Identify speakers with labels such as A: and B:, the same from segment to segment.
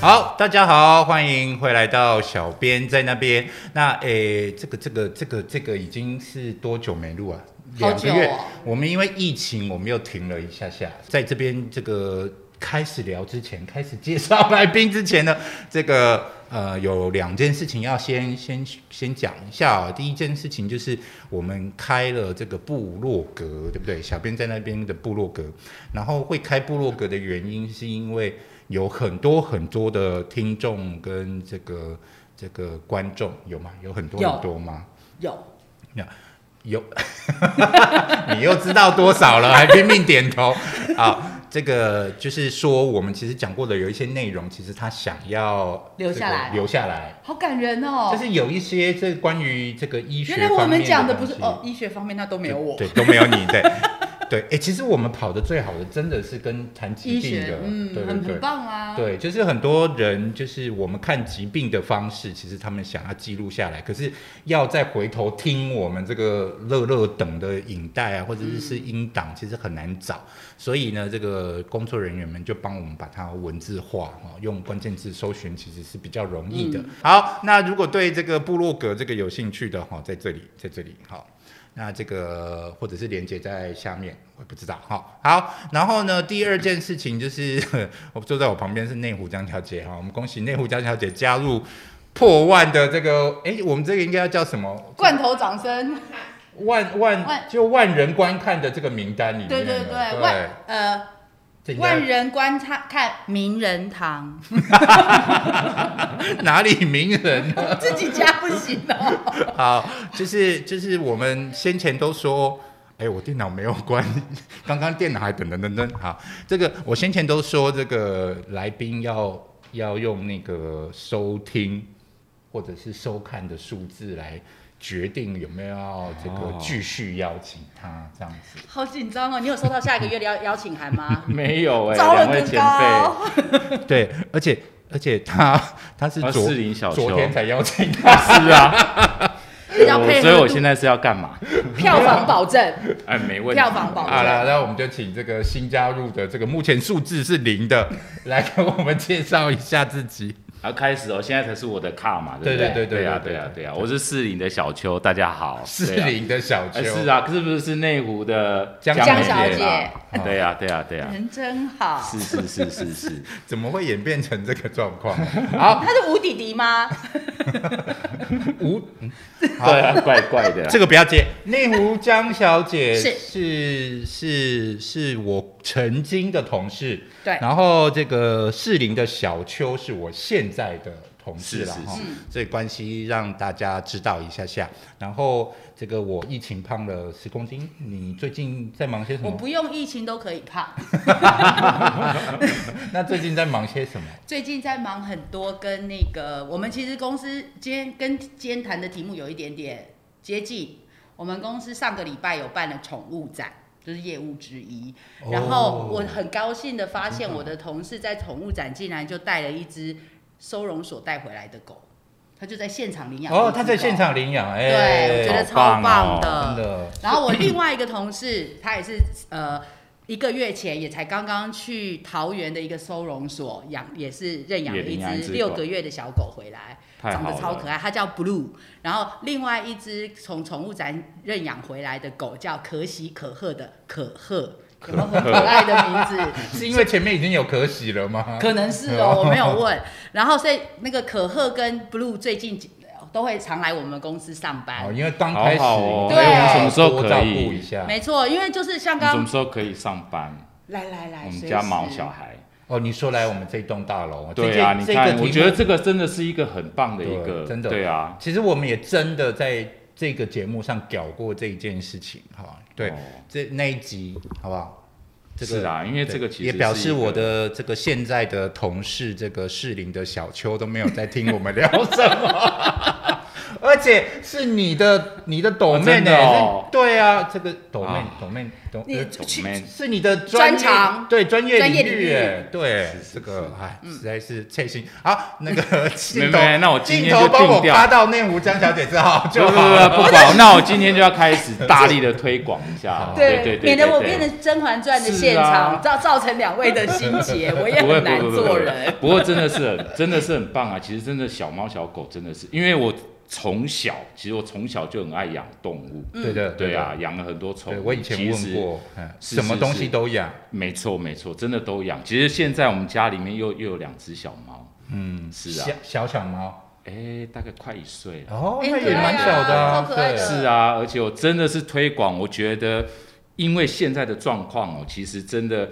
A: 好，大家好，欢迎回来到小编在那边。那诶，这个这个这个这个已经是多久没录啊？
B: 好
A: 两
B: 久
A: 个月
B: 哦。
A: 我们因为疫情，我们又停了一下下。在这边这个开始聊之前，开始介绍来宾之前呢，这个呃有两件事情要先先先讲一下、哦。第一件事情就是我们开了这个部落格，对不对？小编在那边的部落格，然后会开部落格的原因是因为有很多很多的听众跟这个这个观众有吗？有很多
B: 有
A: 很多吗？
B: 有，
A: 有， 你又知道多少 了，还拼命点头。好，这个就是说，我们其实讲过的有一些内容，其实他想要
B: 留下来
A: 这个留下来，
B: 好感人哦。
A: 就是有一些这关于这个医学
B: 原来我
A: 方面
B: 们讲的
A: 东
B: 不是
A: 西
B: 哦，医学方面那都没有我。
A: 对，都没有你对。对，哎、其实我们跑的最好的真的是跟谈疾
B: 医
A: 病
B: 学
A: 的，，
B: 嗯，
A: 对对
B: 很
A: 对
B: 很，棒啊。，
A: 对，就是很多人，就是我们看疾病的方式，其实他们想要记录下来，可是要再回头听我们这个乐乐等的影带啊，或者是是音档，其实很难找。所以呢，这个工作人员们就帮我们把它文字化哦，用关键字搜寻其实是比较容易的。好，那如果对这个部落格这个有兴趣的哈、哦，在这里，在这里好。那这个或者是连接在下面，我也不知道哈、好，然后呢，第二件事情就是， 我坐在我旁边是内湖江小姐哈、我们恭喜内湖江小姐加入破万的这个，哎，我们这个应该要叫什么？
B: 罐头掌声。
A: 嗯万万
B: 万
A: 就万人观看的这个名单里面了，
B: 对对对，
A: 对
B: 万呃
A: 这应该
B: 万人观察看名 人堂，
A: 哪里名人？
B: 自己家不行哦。
A: 好，就是就是我们先前都说，哎、我电脑没有关，刚刚电脑还等等等等。好，这个我先前都说，这个来宾要要用那个收听或者是收看的数字来决定有没有要这个
C: 哦？
A: 继续邀请他这样子。
B: 好紧张哦！你有收到下一个月的邀邀请函吗
C: 没有哎、
B: 招
C: 两
B: 人
C: 位
B: 更
C: 前
B: 高
C: 辈，，
A: 对，而且而且他他是
C: 他
A: 昨
C: 哦士林小秋，
A: 昨天 才邀请他。
C: 是啊，
B: 这叫配合
C: 我所以我
B: 度
C: 现在是要干嘛？
B: 票房保 证，
C: 哎，没问题，
B: 票房保证
A: 好了，那我们就请这个新加入的这个目前数字是零的，来给我们介绍一下自己。
C: 好，开始哦，现在才是我的卡嘛，不
A: 对对对对
C: 对对啊
A: 对
C: 对
A: 对
C: 啊
A: 对
C: 对啊，我是士林的小秋，大家好，
A: 是
C: 对啊
A: 零的小秋，
C: 哎是啊，是不是是内湖的
A: 江
C: 江
A: 小
C: 姐啦
A: 姐
C: 对啊对啊对啊，
B: 人真好。
C: 是是是是是，
A: 怎么会演变成这个状 况？
B: 好，他是吴弟 弟吗？
A: 吴，好
C: 对啊，怪怪的啊，
A: 这个不要接。内湖江小姐
B: 是
A: 是是是我曾经的同事，
B: 对，
A: 然后这个士林的小秋是我现在的同事了
C: 是是
A: 哈
C: 是，
A: 所以关系让大家知道一下下。然后这个我疫情胖了十公斤，你最近在忙些什
B: 我
A: 么？
B: 不用疫情都可以胖。
A: 那最近在忙些什么？
B: 最近在忙很多跟那个，我们其实公司今天跟今天谈的题目有一点点接近。我们公司上个礼拜有办了宠物展，就是业务之一。
A: 哦
B: 然后我很高兴的发现，我的同事在宠物展竟然就带了一只收容所带回来的狗，他就在现场领养。
A: 哦，他在现，场领养，哎、
B: 对，我觉得呃超
C: 好棒
B: 棒
C: 哦
B: 的。
A: 真的
B: 然后我另外一个同事，他也是呃一个月前也才刚刚去桃园的一个收容所养，也是认养了
C: 也领养一
B: 一只
C: 只
B: 六
C: 狗
B: 个月的小狗回来，
C: 太
B: 长
C: 好
B: 得超可
C: 了，
B: 爱，它叫 Blue。然后另外一只从宠物展认养回来的狗叫可喜可贺的可贺，有没有很可爱的名字？
A: 是因为前面已经有可喜了吗？
B: 可能是哦，我没有问。然后所以那个可贺跟 Blue 最近都会常来我们公司上
A: 哦，
B: 班。
A: 因为刚开始，
C: 好好哦啊
A: 所以我们
B: 对
A: 什么时候
C: 多
A: 可以
C: 照
A: 照
C: 顾
A: 顾一
C: 一
A: 下？
B: 没错，因为就是像
C: 你什
B: 刚
C: 么时候可以上班？
B: 来来来，
C: 我们
B: 随
C: 家
B: 时
C: 毛小孩。
A: 哦，你说来我们这栋大楼，
C: 对啊，
A: 这
C: 你
A: 件
C: 看
A: 这，个
C: 我
A: 题
C: 觉得
A: 目
C: 这个真的是一个很棒的一个
A: 对，真的
C: 对啊，
A: 其实我们也真的在这个节目上搞过这一件事情哈。对，
C: 哦
A: 这那一集好不好？这个
C: 是啊，因为
A: 对
C: 这个其实
A: 也表
C: 是
A: 示
C: 一个
A: 我的这个现在的同事，这个适龄的小邱都没有在听我们聊什么。 而且是你的你的抖妹
C: 真
A: 呢
C: 的哦？
A: 是对啊，这个抖妹
C: 啊
A: 抖妹抖
B: 你
A: 呃
C: 懂
B: 去
C: 妹
A: 是你的专业
B: 专长
A: 对专业
B: 专业
A: 领
B: 领域
A: 域，哎对
C: 是是
A: 这个哎，实在是切心。好，那个镜
C: 没
A: 头
C: 没，那我今
A: 镜
C: 天
A: 头
C: 就
A: 帮我
C: 定掉
A: 扒到内湖江小姐之后
C: 不
A: 就
C: 不不
A: 好了。
C: 不管，那我今天就要开始大力的推广一下
A: 好，
C: 对对对，
B: 免得我
C: 对
B: 变成《甄嬛传》的
C: 是
B: 现场，
C: 啊
B: 造造成两位的心 结，我也很
C: 不会不会
B: 难
C: 不会不
B: 做
C: 会
B: 人。
C: 不过真的是很真的是很棒啊！其实真的小猫小狗真的是，因为我从小其实我从小就很爱养动物，
A: 嗯对的，
C: 对
A: 的
C: 啊，，养了很多宠
A: 对
C: 物。
A: 我以前
C: 其
A: 问
C: 实
A: 过，嗯
C: 是
A: 什么
C: 是
A: 东
C: 是
A: 西都养，
C: 没错没错，真的都养。其实现在我们家里面又又有两只小猫，
A: 嗯，
C: 是啊
A: 小小小猫，
C: 哎，大概快一岁了。
A: 哦，
B: 哎
A: 那
B: 对
A: 也
B: 啊
A: 蛮小的
B: 超
A: 啊，
B: 可爱
A: 对，
B: 的
C: 是啊，而且我真的是推广，我觉得因为现在的状况哦，其实真的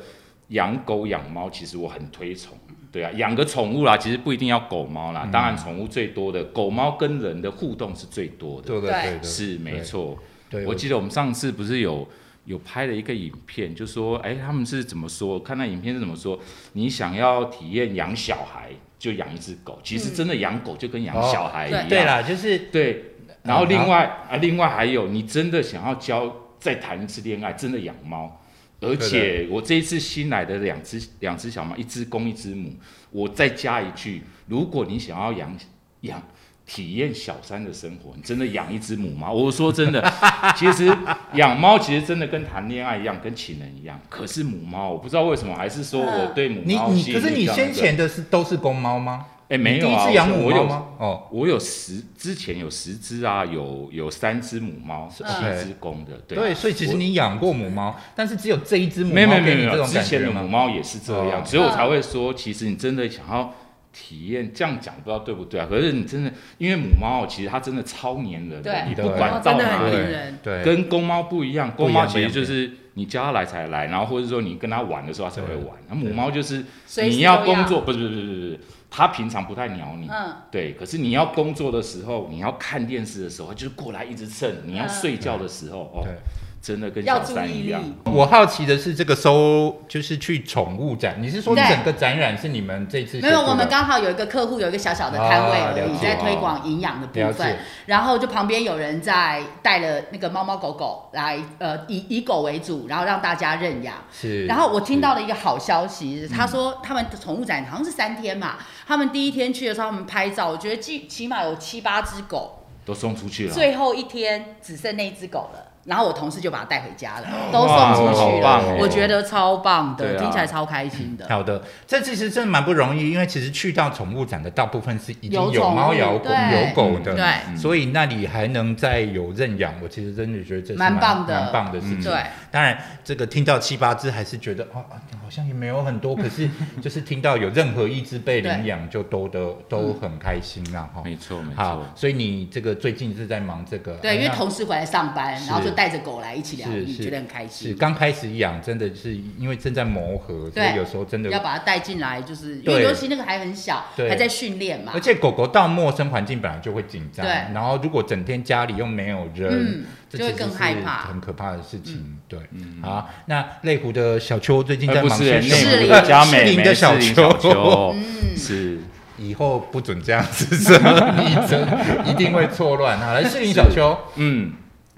C: 养狗养猫，其实我很推崇。对啊，养个宠物啦，其实不一定要狗猫
A: 嗯
C: 啦，当然宠物最多的，狗猫跟人的互动是最多的。
A: 对对
B: 对
A: 对的，
C: 是没
A: 对，
C: 错，
A: 对，
C: 我记得我们上次不是有有拍了一个影片，就说哎、他们是怎么说？看那影片是怎么说？你想要体验养小孩，就养一只狗。其实
B: 嗯
C: 真的养狗就跟养
A: 哦
C: 小孩一
B: 对
C: 样。
A: 对啦，就是
C: 对，然后
A: 嗯
C: 另外啊，另外还有，你真的想要交再谈一次恋爱，真的养猫。而且我这一次新来的两只两只小猫，一只公一只母，我再加一句：如果你想要养养体验小三的生活，你真的养一只母猫。我说真的， 其实养猫其实真的跟谈恋爱一样，跟情人一样。可是母猫，我不知道为什么，还是说我
B: 嗯
C: 对母
A: 你
C: 猫
A: 你，
C: 吸
A: 可是
C: 引力
A: 你
C: 这样
A: 先
C: 子
A: 前的是都是公猫吗？
C: 哎没有
A: 你第一
C: 啊，我
A: 次养
C: 说
A: 母
C: 我
A: 猫
C: 有
A: 吗？哦，
C: 我有十，之前有十只啊，有有三只母猫，七
A: 嗯
C: 只公的，对啊
A: 对，所以其实
C: 我
A: 你养过母猫，但是只有这一只母
C: 没有
A: 猫
C: 没有
A: 给
C: 没
A: 你
C: 有
A: 这
C: 没有，
A: 种
C: 之
A: 感觉
C: 前的母
A: 吗？
C: 猫也是这
A: 哦
C: 样，所以我才会说，其实你真的想要体验，这样讲不知道对不对啊？可是你真的，因为母猫哦其实它真的超粘人的，
B: 对
C: 你不
A: 对
B: 哦
C: 管
B: 真
C: 到
B: 的很
C: 哪
B: 粘
C: 里，
B: 人
A: 对对，
C: 跟公猫不一样，
A: 不一
C: 公
A: 样
C: 猫其实
A: 不一
C: 就
A: 样
C: 是你叫它来才来，然后或者说你跟它玩的时候它才会玩，那母
A: 对
C: 猫就是
B: 随时
C: 你
B: 都
C: 要工，作，不是不是不是不是，它平常不太鸟你，
B: 嗯，
C: 对，可是你要工作的时候，你要看电视的时候，它就是过来一直蹭；你要睡觉的时候，
A: 嗯
C: 哦
A: 对，
C: 真的跟
B: 要
C: 小
B: 注
C: 三
B: 意
C: 一样。
B: 力。
A: 我好奇的是，这个收就是去宠物展，你是说
B: 对
A: 整个展览是你们这次
B: 没有，
A: 协助的
B: 我们刚好有一个客户有一个小小的摊位
A: 啊
B: 而已，
A: 了解
B: 在推
C: 哦
B: 广营养的部
A: 了
B: 分
A: 解。
B: 然后就旁边有人在带了那个猫猫狗狗来，呃，以以狗为主，然后让大家认养。
A: 是，
B: 然后我听到了一个好消息，他
A: 嗯
B: 说他们的宠物展好像是三天嘛，他们第一天去的时候他们拍照，我觉得起起码有七八只狗，
C: 都送出
A: 啊
C: 去了，
B: 最后一天只剩那只狗了。然后我同事就把它带回家了，
A: 哦
B: 都送
C: 哇
B: 出去
C: 好
B: 了，
C: 棒哦
B: 我觉得超棒的，
C: 对啊
B: 听起来超开心的。
A: 好的，这其实真的蛮不容易，因为其实去到宠物展的大部分是已经
B: 有
A: 有
B: 宠
A: 猫
B: 物
A: 有狗
B: 对
A: 有狗的，
B: 对
C: 嗯
A: 所以那里还能再有认养，我其实真的觉得这是
B: 蛮棒的
A: 蛮棒的事情。
C: 嗯
B: 对，
A: 当然这个听到七八只还是觉得哦，啊好像也没有很多，可是就是听到有任何一只被领养，就都都都很开心啦哈。
C: 哦没错没
A: 好
C: 错，，
A: 所以你这个最近是在忙这个？
B: 对，因为
A: 那
B: 同事回来上班，
A: 哎是
B: 然后就带着狗来一起疗
A: 是
B: 愈，
A: 是
B: 觉得很开
A: 是
B: 心。
A: 刚开始养，真的是因为正在磨合，所
B: 对
A: 以有时候真的
B: 要把它带进来，就是因
A: 对
B: 为尤其那个还很小，
A: 对
B: 还在训练嘛
A: 而。且狗狗到陌生环境本来就会紧张，
B: 对
A: 然后如果整天家里又没有人，
B: 嗯
A: 这
B: 就会
A: 其实
B: 更
A: 是
B: 害怕嗯
A: 很可怕的事情。对，好，那内湖的小秋最近
C: 哎
A: 在
C: 不
A: 忙
C: 是
A: 些什么？
C: 内蒙
B: 林
C: 的佳
A: 士
C: 美
A: 林
C: 没
A: 的
C: 士
A: 小
C: 林
A: 秋
C: 小秋，
B: 嗯
C: 是
A: 以后不准这样子，什么一真一定会错乱。啊好，来，士林小秋
C: 嗯，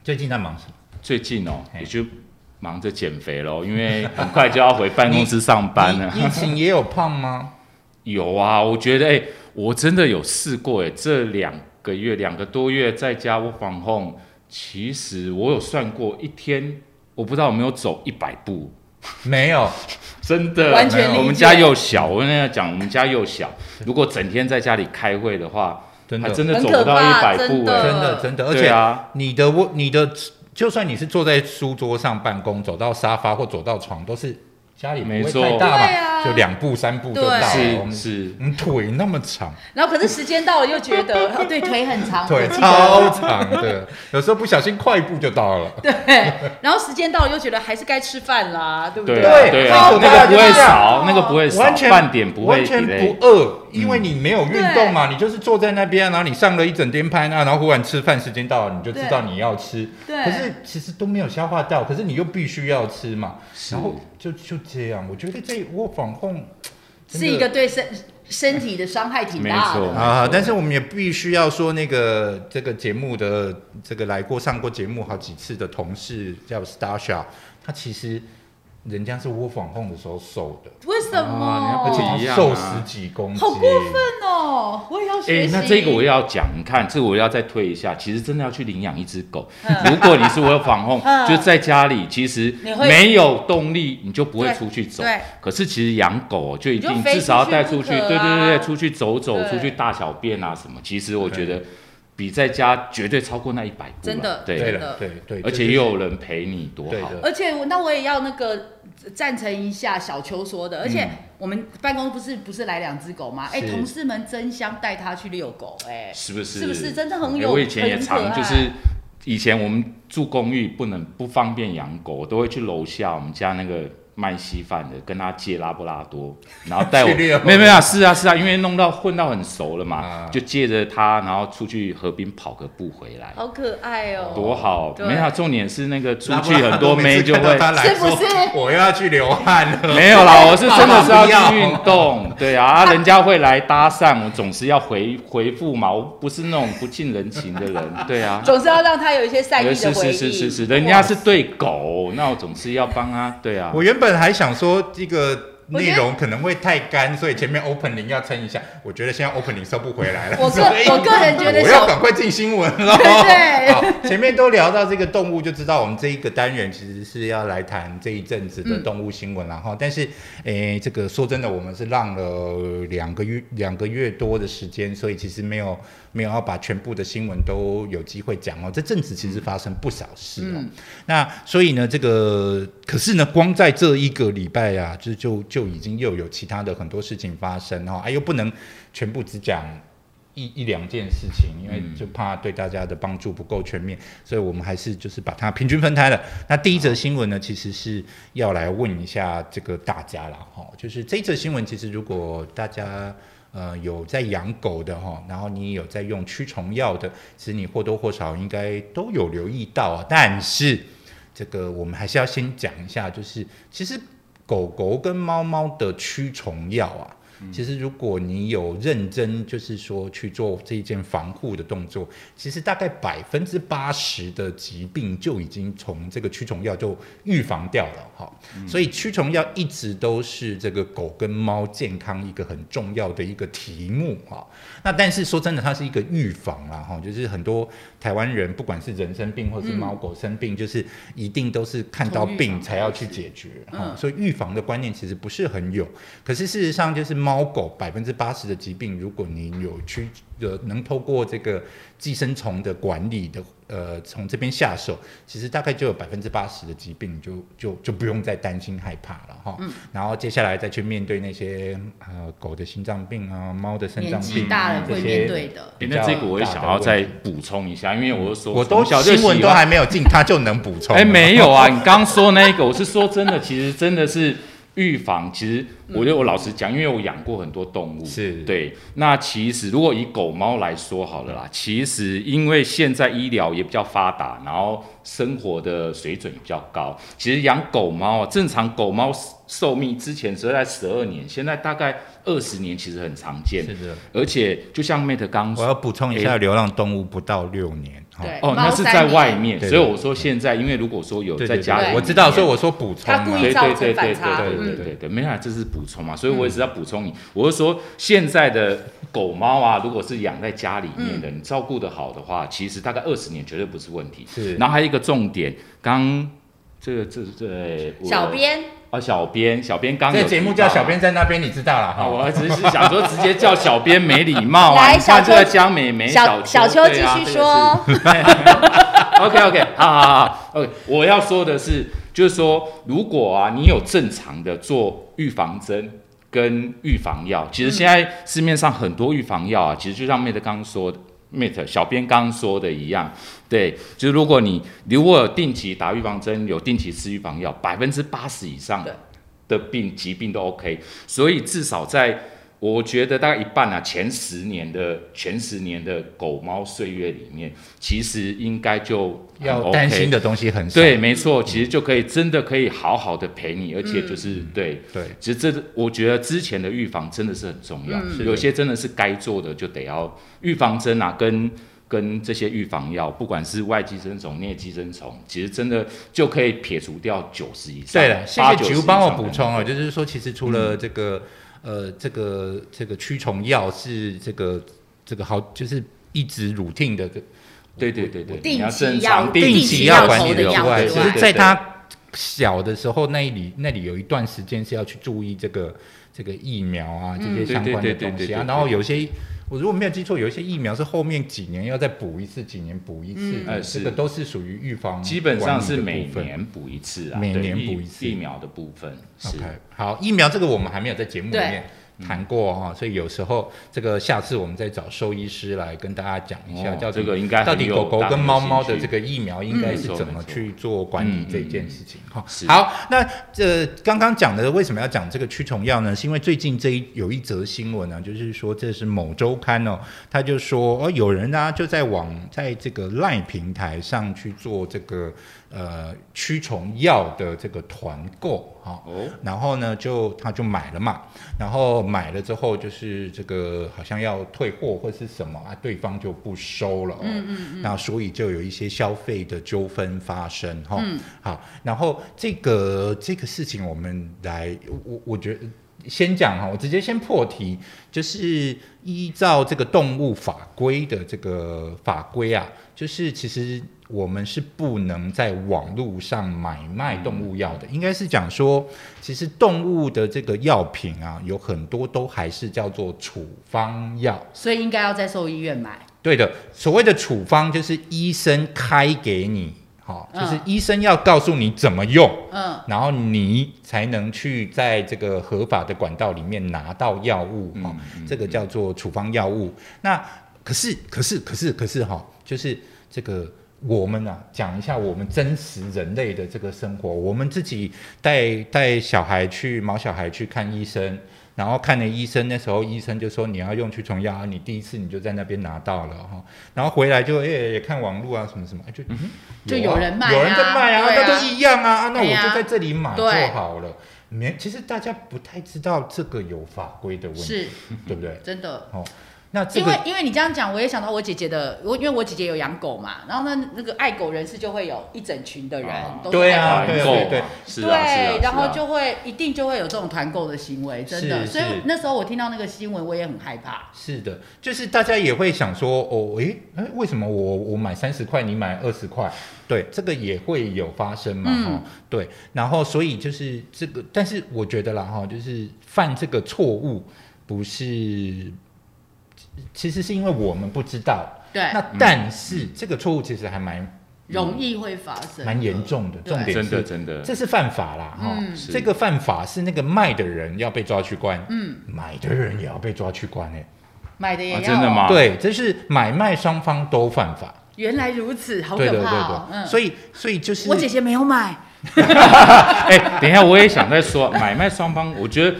A: 最近在忙什么？
C: 最近哦，
A: 嘿
C: 也就忙着减肥喽，因为很快就要回办公室上班了。
A: 疫疫情也有胖吗？
C: 有啊，我觉得哎、我真的有试过哎、这两个月两个多月在家我防控，其实我有算过一天，我不知道有没有走一百步，
A: 没有，
C: 真的，
B: 完全理解
C: 我们家又小，我跟大家讲，我们家又小，如果整天在家里开会的话，
A: 真
C: 还
A: 的，
C: 真的
B: 很
C: 走
B: 可
C: 不到
B: 怕
C: 一百
B: 真
C: 步
B: 的
C: 哎、
A: 真的，真的，而
C: 对
A: 且
C: 啊，
A: 你的我你的，就算你是坐在书桌上办公，走到沙发或走到床，都是家里不会
C: 没错
A: 太大嘛，
B: 对啊
A: 就两步三步就到
B: 对
A: 了。我
C: 是
A: 们
C: 是，
A: 我们腿那么长，
B: 然后可是时间到了又觉得，哦，对，腿很长，
A: 腿
B: 我记得
A: 超长的，有时候不小心快步就到了。
B: 对，然后时间到了又觉得还是该吃饭啦，对不哦
C: 对
A: 对
C: 啊对啊，
A: 最可怕
C: 那
A: 的
C: 个不
A: 就
C: 会
A: 是这样
C: 少，那个不会少
A: 完，全
C: 半点不会
A: 完全
C: delay
A: 不饿，因为你没有运动嘛，你就是坐在那边，然后你上了一整天班啊，然后忽然吃饭时间到了，你就知道你要吃，
B: 对
A: 可是其实都没有消化掉，可是你又必须要吃嘛，
C: 是
A: 然后就就这样，我觉得这我防控
B: 是一个对身身体的伤害挺大
C: 没错
B: 的。
A: 啊，但是我们也必须要说，那个这个节目的这个来过上过节目好几次的同事叫 Starsha，他其实人家是窝防控的时候瘦的，
B: 为什么
C: 啊？
A: 而且
C: 不
A: 他
C: 一样啊
A: 瘦十几公斤，
B: 好过分哦！我也要
C: 哎、
B: 学习。
C: 那这个我要讲，你看，这个我要再推一下。其实真的要去领养一只狗，
B: 嗯
C: 如果你是我有防控，
B: 嗯
C: 就在家里，其实
B: 你会
C: 没有动力，你就不会出去走
B: 对对。
C: 可是其实养狗哦就一
B: 你就
C: 定
B: 飞
C: 至少要带
B: 出
C: 出
B: 去
C: 去，
B: 不可啊
C: 对对对对，出去走走，
B: 对
C: 出去大小便啊什么。其实我觉得比在家绝对超过那一百步了，
B: 真的
A: 对
C: 对，
A: 了，对对，
C: 而
A: 就
C: 且
A: 是
C: 又有人陪你，多
A: 对
C: 好。
A: 的
B: 而且我那我也要那个赞成一下小秋说的，而且
C: 嗯
B: 我们办公不是不是来两只狗吗？哎、
A: 是
B: 同事们争相带它去遛狗、哎，
C: 是不是？
B: 是不是真的很有
C: 欸我以前也
B: 很可
C: 常
B: 爱
C: 就是，以前我们住公寓不能不方便养狗，我都会去楼下我们家那个卖稀饭的，跟他借拉布拉多，然后带 我。
A: 去
C: 没
A: 遛
C: 有没有啊，是啊是啊，因为弄到混到很熟了嘛，
A: 啊
C: 就借着它，然后出去河边跑个步回来。
B: 好可爱哦、
C: 多好！
B: 对
C: 没有啊，重点是那个出
A: 拉布
C: 去
A: 拉多
C: 很多
A: 每次
C: 妹就
A: 看到
C: 会
A: 他来
B: 是不
A: 说
B: 是
A: 我又要去流汗 了，
C: 没有啦，我是真的是
A: 爸爸
C: 要
A: 不
C: 去
A: 要
C: 运 动，对啊，啊人家会来搭讪，我总是要回回复嘛，我不是那种不近人情的人，对啊。
B: 总是要让它有一些善意的
C: 哎是
B: 回
C: 是
B: 应。
C: 是是是，人家 是对狗，那我总是要帮他，对啊。
A: 我原本还想说这个
B: 我觉
A: 内
B: 得
A: 容可能会太干，所以前面 opening 要撑一下。我觉得现在 opening 收不回来了，
B: 我个
A: 所以
B: 我个人觉得
A: 我
B: 小
A: 要赶快进新闻 了。
C: 啊
B: 对
A: 好，前面都聊到这个动物，就知道我们这一个单元其实是要来谈这一阵子的动物新闻然后、但是，诶、这个说真的，我们是浪了两个月两个月多的时间，所以其实没有没有要把全部的新闻都有机会讲哦。这阵子其实发生不少事哦。
B: 嗯
A: 那所以呢，这个可是呢，光在这一个礼拜啊，就就就已经又有其他的很多事情发生哈、哦，哎、又不能全部只讲一一两件事情，因为
C: 嗯
A: 就怕对大家的帮助不够全面，所以我们还是就是把它平均分开了。那第一则新闻呢，其实是要来问一下这个大家了哈、哦，就是这一则新闻，其实如果大家。呃，有在养狗的哈，然后你有在用驱虫药的，其实你或多或少应该都有留意到啊。但是这个我们还是要先讲一下，就是其实狗狗跟猫猫的驱虫药啊，其实如果你有认真，就是说去做这一件防护的动作，其实大概百分之八十的疾病就已经从这个驱虫药就预防掉了哈。
B: 嗯
A: 所以驱虫药一直都是这个狗跟猫健康一个很重要的一个题目哈。那但是说真的，它是一个预防啦哈，就是很多台湾人不管是人生病或是猫狗生病，就是一定都是看到
B: 嗯从预
A: 病
B: 防
A: 才要去解决哈
B: 嗯，
A: 所以预防的观念其实不是很有。可是事实上，就是猫狗百分之八十的疾病，如果你有去呃能透过这个寄生虫的管理的呃从这边下手，其实大概就有百分之八十的疾病就就就不用再担心害怕了哈。
B: 嗯
A: 然后接下来再去面对那些呃狗的心脏病啊、猫的肾
B: 年
A: 脏
B: 纪
A: 病
B: 大了
A: 这
B: 会面
A: 些。
B: 对的。
C: 欸那这个我也想要再补充一下，因为我是说
A: 我都
C: 从小就
A: 新闻
C: 喜
A: 都
C: 欢
A: 还没有 进，他就能补充。
C: 哎、没有啊，你刚刚说那个，我是说真的，其实真的是预防。其实我觉得我老实讲，因为我养过很多动物，
A: 是
C: 对。那其实如果以狗猫来说好了啦，其实因为现在医疗也比较发达，然后生活的水准也比较高，其实养狗猫啊，正常狗猫寿命之前只在十二年，现在大概二十年，其实很常见。
A: 是的，
C: 而且就像 Mate 刚
A: 我要补充一下，流浪动物不到六年。哈
B: 对
C: 哦，
B: 猫
C: 那是
B: 三
C: 在
B: 年
C: 外面，
A: 对
C: 所以我说现在，因为如果说有
A: 对
C: 在
A: 对
C: 家
A: 对，
C: 里，
A: 我知道，所以我说补充啊
B: 他
A: 嘛。
B: 故意
C: 对
B: 造
C: 对
B: 成
C: 对
B: 反
C: 对对
B: 差
C: 对对
B: 嗯
C: 对对对，没有啊，这是补充嘛，所以我也是要补充你，我是说现在的狗猫啊，如果是养在家里面
B: 嗯
C: 的，你照顾的好的话，其实大概二十年绝对不是问题。
A: 是
C: 然后还有一个重点，刚这个这这我
B: 小编
C: 啊，小编小编刚
A: 这
C: 有
A: 个节目
C: 提到
A: 叫小编在那边，你知道了
C: 啊，
A: 哈。
C: 我只是想说直接叫小编没礼貌啊，
B: 来
C: 你看
B: 小
C: 这
B: 邱
C: 个江美
A: 哎
C: 美
B: 小
C: 小
B: 秋
C: 对
B: 继
C: 啊
B: 续
C: 这个是
B: 说，
C: OK OK，好好 好，OK。我要说的是，就是说，如果啊，你有正常的做预防针跟预防药，
A: 嗯
C: 其实现在市面上很多预防药啊，其实就像 Mate 刚说的，Mate 小编刚说的一样，对，就是如果你如果有定期打预防针，有定期吃预防药，百分之八十以上
B: 对
C: 的病疾病都 OK，所以至少在我觉得大概一半啊，前十年的前十年的狗猫岁月里面，其实应该就很
A: 要
C: OK
A: 担心的东西很少。
C: 对，没错，其实就可以真的可以好好的陪你，而且就是、
A: 嗯
C: 对，
A: 对，
C: 其实这我觉得之前的预防真的是很重要，
A: 嗯
C: 有些真的是该做的就得要预防针啊，跟跟这些预防药，不管是外寄生虫、内寄生虫，其实真的就可以撇除掉九十以上。
A: 对了，谢谢
C: 80
A: 菊帮我
C: 以上的
A: 补充哦，就是说，其实除了这个、呃，这个这个驱虫药是这个这个好，就是一直 routine 的
C: 对对对对，
B: 定
C: 你要
B: 期
C: 正
B: 要
C: 常
B: 定
A: 定
B: 期
A: 期
B: 要
A: 要
C: 管
A: 管
B: 投
A: 理
C: 理
B: 的
A: 的之
B: 药
C: 之
A: 外，
C: 外，
B: 对
A: 只
B: 对
A: 是在
C: 它。
A: 他小的时候那里那里有一段时间是要去注意这个这个疫苗啊这些相关
C: 对
A: 的
C: 嗯对对
A: 东西
C: 对对
A: 啊
C: 对，
A: 然后有些。我如果没有记错，有一些疫苗是后面几年要再补一次，几年补一次
B: 嗯，
A: 呃
C: 呃是
A: 这个都是属于预防管理的部分。
C: 基本上是每年补一次啊，
A: 每
C: 对
A: 年
C: 疫
A: 补一次
C: 疫苗的部分是哦
A: OK，好，疫苗这个我们还没有在节目里面
C: 嗯
A: 谈过哈、所以有时候这个下次我们再找兽医师来跟大家讲一下，
C: 哦
A: 叫
C: 这个应该很
A: 到底
C: 有
A: 狗狗
C: 大家
A: 跟
C: 有
A: 猫猫的
C: 兴趣
A: 这个疫苗应该是
C: 嗯
A: 怎么去做管理这件事情哈、
C: 是
A: 好，那这、刚刚讲的为什么要讲这个驱虫药呢？是因为最近这一有一则新闻呢、就是说这是某周刊哦，他就说哦，有人呢、就在网在这个赖平台上去做这个呃驱虫药的这个团购哈。
C: 哦，
A: 然后呢，就他就买了嘛，然后买了之后就是这个好像要退货或是什么啊，对方就不收了、哦，嗯嗯嗯，那所以就有一些消费的纠纷发生哈、好，然后这个这个事情我们来，我我觉得。先讲哈，我直接先破题，就是依照这个动物法规的这个法规啊，就是其实我们是不能在网络上买卖动物药的，应该是讲说，其实动物的这个药品啊，有很多都还是叫做处方药。
B: 所以应该要在兽医院买。
A: 对的，所谓的处方就是医生开给你，好、
B: 嗯
A: 就是医生要告诉你怎么用。
B: 嗯，
A: 然后你才能去在这个合法的管道里面拿到药物哈、哦
C: 嗯嗯
A: 这个叫做处方药物。那可是可是可是可是哈、就是这个我们啊，讲一下我们真实人类的这个生活，我们自己带带小孩去毛小孩去看医生。然后看了医生，那时候医生就说你要用驱虫药啊，你第一次你就在那边拿到了哈、然后回来就哎、也看网络啊什么什么，哎就、
B: 嗯就
A: 有啊
B: 有人卖啊
A: 有人在卖啊，
B: 对啊
A: 那都一样啊，啊那我
B: 对啊
A: 就在这里买就
B: 对
A: 好了。没，其实大家不太知道这个有法规的问题，
B: 是
A: 对不对？
B: 真的。
A: 哦，那这
B: 因为
A: 个
B: 因为你这样讲，我也想到我姐姐的，我因为我姐姐有养狗嘛，然后呢，那个爱狗人士就会有一整群的人、
C: 啊
B: 都是
A: 对
B: 爱
A: 啊
B: 狗
A: 对
B: 人
A: 啊
B: 士
C: 团
A: 对
C: 购
A: 对
C: 嘛是啊，是啊，
B: 对，然
C: 是啊
B: 后就会一定就会有这种团购的行为，真的。
A: 是
B: 所以
A: 是
B: 那时候我听到那个新闻，我也很害怕。
A: 是的，就是大家也会想说，哦，诶，诶，为什么我我买三十块，你买二十块？对，这个也会有发生嘛，哈、
B: 嗯
A: 对，然后所以就是这个，但是我觉得啦，哈，就是犯这个错误不是，其实是因为我们不知道，
B: 对，
A: 那但是、这个错误其实还蛮
B: 容易会发生，
A: 蛮严。重的，
B: 对
A: 重点
C: 真的
A: 是
C: 真的
A: 这是犯法啦，哈、
B: 嗯
C: 是
A: 这个犯法是那个卖的人要被抓去关，
B: 嗯，
A: 买的人也要被抓去关、欸，
B: 买的也要、
C: 啊真的吗啊
A: 对，这是买卖双方都犯法，
B: 原来如此，好可
A: 对的
B: 怕、
A: 对
B: 哦
A: 的。。
B: 嗯，
A: 所
B: 以
A: 以所以就是
B: 我姐姐没有买，
C: 哎、等一下，我也想再说， 买卖双方，我觉得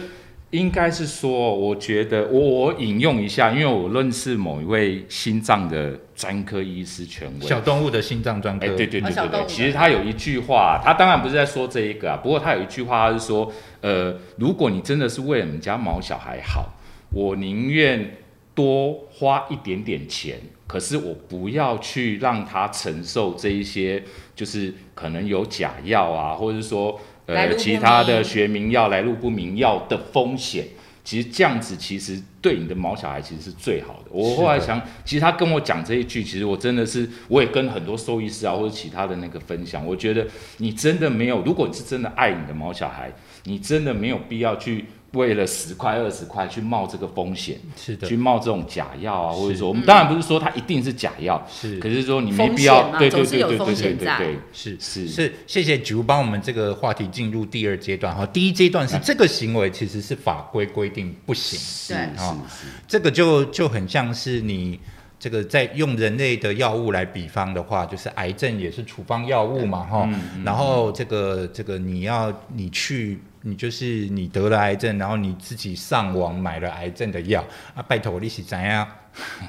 C: 应该是说，我觉得我我引用一下，因为我认识某一位心脏的专科医师权威。
A: 小动物的心脏专科，
C: 哎、对对对
B: 啊小
C: 对
B: 动物的
C: 对，其实他有一句话，他当然不是在说这一个啊，不过他有一句话，他是说，呃，如果你真的是为了你们家毛小孩好，我宁愿多花一点点钱，可是我不要去让他承受这一些，就是可能有假药啊，或者是说
B: 来路
C: 呃
B: 不
C: 其他
B: 明
C: 的学名药、来路不明药的风险。其实这样子，其实对你的毛小孩其实是最好的。我后来
A: 是的
C: 想，其实他跟我讲这一句，其实我真的是，我也跟很多兽医师啊，或者其他的那个分享，我觉得你真的没有，如果你是真的爱你的毛小孩，你真的没有必要去为了十块二十块去冒这个风险，
A: 是的
C: 去，冒这种假药啊，或者
A: 是
C: 说我们当然不是说它一定是假药，
A: 是
C: 可是说你没
B: 风
C: 必
B: 险
C: 要，
B: 嘛
C: 对对
B: 总是
C: 对
B: 有
C: 对对
B: 风
C: 对
B: 险
C: 对
B: 在
C: 对，
A: 是
C: 是
A: 是，谢谢菊帮我们这个话题进入第二阶段哈。第一阶段是
B: 哎
A: 这个行为其实是法规规定不行，
C: 是
B: 对
C: 是
A: 哦
C: 是，
A: 这个就就很像是你这个在用人类的药物来比方的话，就是癌症也是处方药物嘛哈、
C: 嗯嗯
A: 然后这个这个你要你去你就是你得了癌症，然后你自己上网买了癌症的药啊，拜托你是怎样？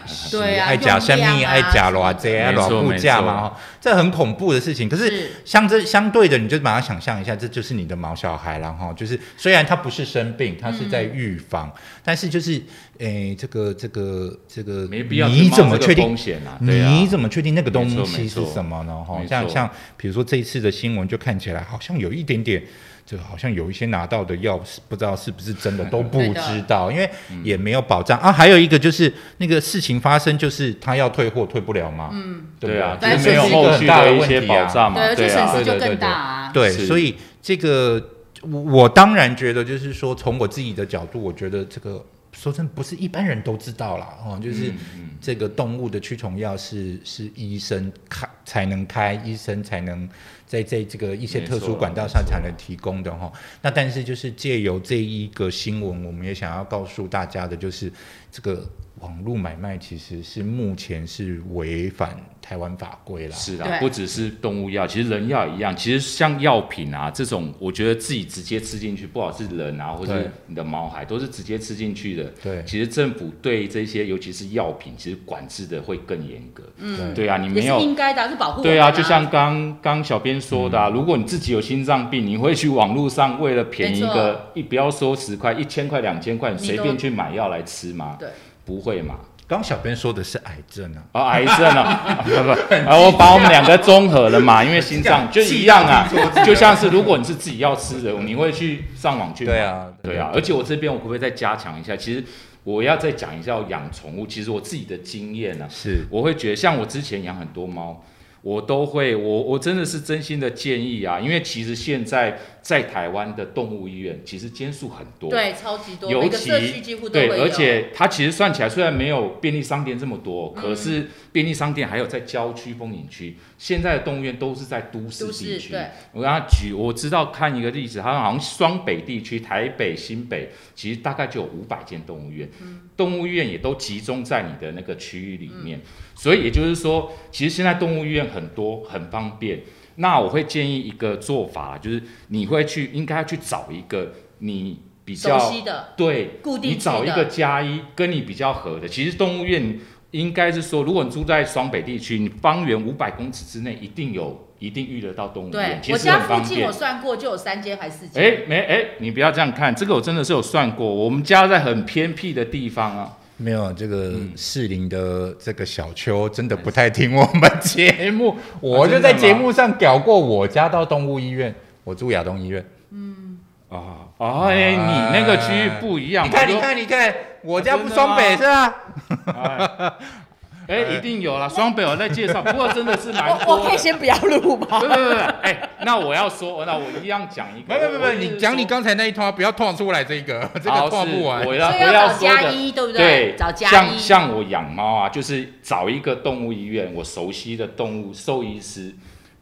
A: 是
B: 对啊
A: 爱假
B: 用
A: 生
B: 量
A: 命，
B: 啊
A: 爱假偌这啊，
C: 没
A: 偌
C: 错
A: 物
C: 没
A: 价
C: 错
A: 嘛，哦这很恐怖的事情。可是
B: 是
A: 相这相对的，你就马上想象一下，这就是你的毛小孩然后就是虽然他不是生病，他是
B: 嗯
A: 在预防，但是就是诶、这个这个这个，
C: 没必要去
A: 你
C: 冒
A: 怎么
C: 这个
A: 确定
C: 风险啊？对啊
A: 你，怎么确定那个东
C: 没错
A: 西
C: 没
A: 是
C: 错
A: 什么呢？哈，
C: 没
A: 像
C: 错
A: 像比如说这一次的新闻，就看起来好像有一点点，就好像有一些拿到的药是不知道是不是 真的，都不
B: 对的
A: 知道，因为
C: 嗯
A: 也没有保障啊。还有一个就是那个事情发生，就是他要退货退不了嘛，嗯，对
C: 对啊，
A: 不
B: 但
C: 就是
B: 是
C: 没有
B: 这是一
C: 后
A: 个
C: 续
A: 很大的
C: 一些
A: 问题啊
C: 保障嘛，
B: 对，而且
C: 对
B: 损
C: 啊，
A: 对
B: 失就
A: 对对
B: 更大啊。
A: 对，
C: 是
A: 所以这个我我当然觉得，就是说从我自己的角度，我觉得这个说真的不是一般人都知道啦，哦，就是
C: 嗯嗯
A: 这个动物的驱虫药是是医生开才能开，医生才能在在这个一些
C: 没
A: 特殊
C: 错
A: 管道
C: 没
A: 上才
C: 错
A: 能提供的哈、哦。那但是就是借由这一个新闻，我们也想要告诉大家的就是这个。网络买卖其实是目前是违反台湾法规啦，
C: 是
B: 对
C: 啦，不只是动物药，其实人药也一样。其实像药品啊这种，我觉得自己直接吃进去，不管是人啊，或
A: 对
C: 是你的毛孩，都是直接吃进去的。
A: 对
C: 其实政府对这些，尤其是药品，其实管制的会更严格。
A: 对
C: 对啊，你
B: 嗯也
C: 没
B: 是
C: 有。
B: 应该的啊，是保护我们。
C: 对啊，就像刚刚小编说的、啊，
A: 嗯
C: 如果你自己有心脏病，你会去网络上为了便宜一
B: 没错
C: 个，一不要说十块、一千块、两千块，你
B: 你
C: 随
B: 都
C: 便去买药来吃吗？
B: 对，
C: 不会嘛。
A: 刚小编说的是癌症啊，
C: 啊，癌症 啊，不不，啊，我把我们两个综合了嘛，因为心脏就一样啊，就像是如果你是自己要吃的，你会去上网去买
A: 对啊
C: 对啊，而且我这边我可不可以再加强一下？其实我要再讲一下我养宠物，其实我自己的经验呢、啊，
A: 是
C: 我会觉得像我之前养很多猫，我都会，我我真的是真心的建议啊，因为其实现在在台湾的动物医院其实间数很多，
B: 对，超级多，
C: 尤
B: 每个
C: 其
B: 社区几乎都会
C: 对，
B: 有。
C: 而且它其实算起来虽然没有便利商店这么多，
B: 嗯
C: 可是便利商店还有在郊区、风景区，现在的动物园都是在都市
B: 都市
C: 地区。
B: 对
C: 我刚刚举，我知道看一个例子，它好像双北地区、台北、新北，其实大概就有五百间动物园，
B: 嗯
C: 动物医院也都集中在你的那个区域里
B: 嗯
C: 面。所以也就是说，其实现在动物医院很多，很方便。那我会建议一个做法，就是你会去应该要去找一个你比较
B: 熟悉的
C: 对，
B: 固定
C: 你找
B: 去
C: 一
B: 的
C: 个加一跟你比较合的。其实动物园应该是说，如果你住在双北地区，你方圆五百公尺之内一定有，一定遇得到动物
B: 对
C: 园，，其
B: 我
C: 实
B: 家
C: 很
B: 附
C: 方
B: 近
C: 便
B: 我。算过就有三间还是四间。
C: 哎，没哎，你不要这样看，这个我真的是有算过，我们家在很偏僻的地方啊。
A: 没有这个适龄的这个小秋真的不太听我们 节
C: 啊
A: 目，我就在节目上屌过我家到动物医院，我住亚东医院。
C: 啊，哦，哎，你那个区域不一样，
A: 啊你看，
C: 我
A: 你
C: 说，
A: 看，你看，我家
C: 家
A: 不
C: 不
A: 双
C: 双
A: 北
C: 北
A: 是吧？
C: 哎哎，一定有啦，双北我在介绍，不过真的是蛮
D: 我
C: 多
D: 我可以
C: 的。
D: 先不要录吗？
C: 对对对， 哎，那我要说，那我一样讲一
A: 不
C: 个，
A: 不不不，
C: 我就是
A: 你讲你
C: 说
A: 刚才那一套，不要套出来这个， 这
C: 好
A: 个套
C: 是
A: 不完
C: 我。要
B: 所以
C: 我
B: 要找
C: 说
B: 加
C: 的
B: 一，对不
C: 对，
B: 找加
C: 像
B: 一，
C: 像我养猫啊，就是找一个动物医院，我熟悉的动物兽医师。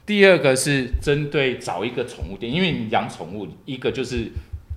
C: 第二个是针对找一个宠物店，因为你养宠物，一个就是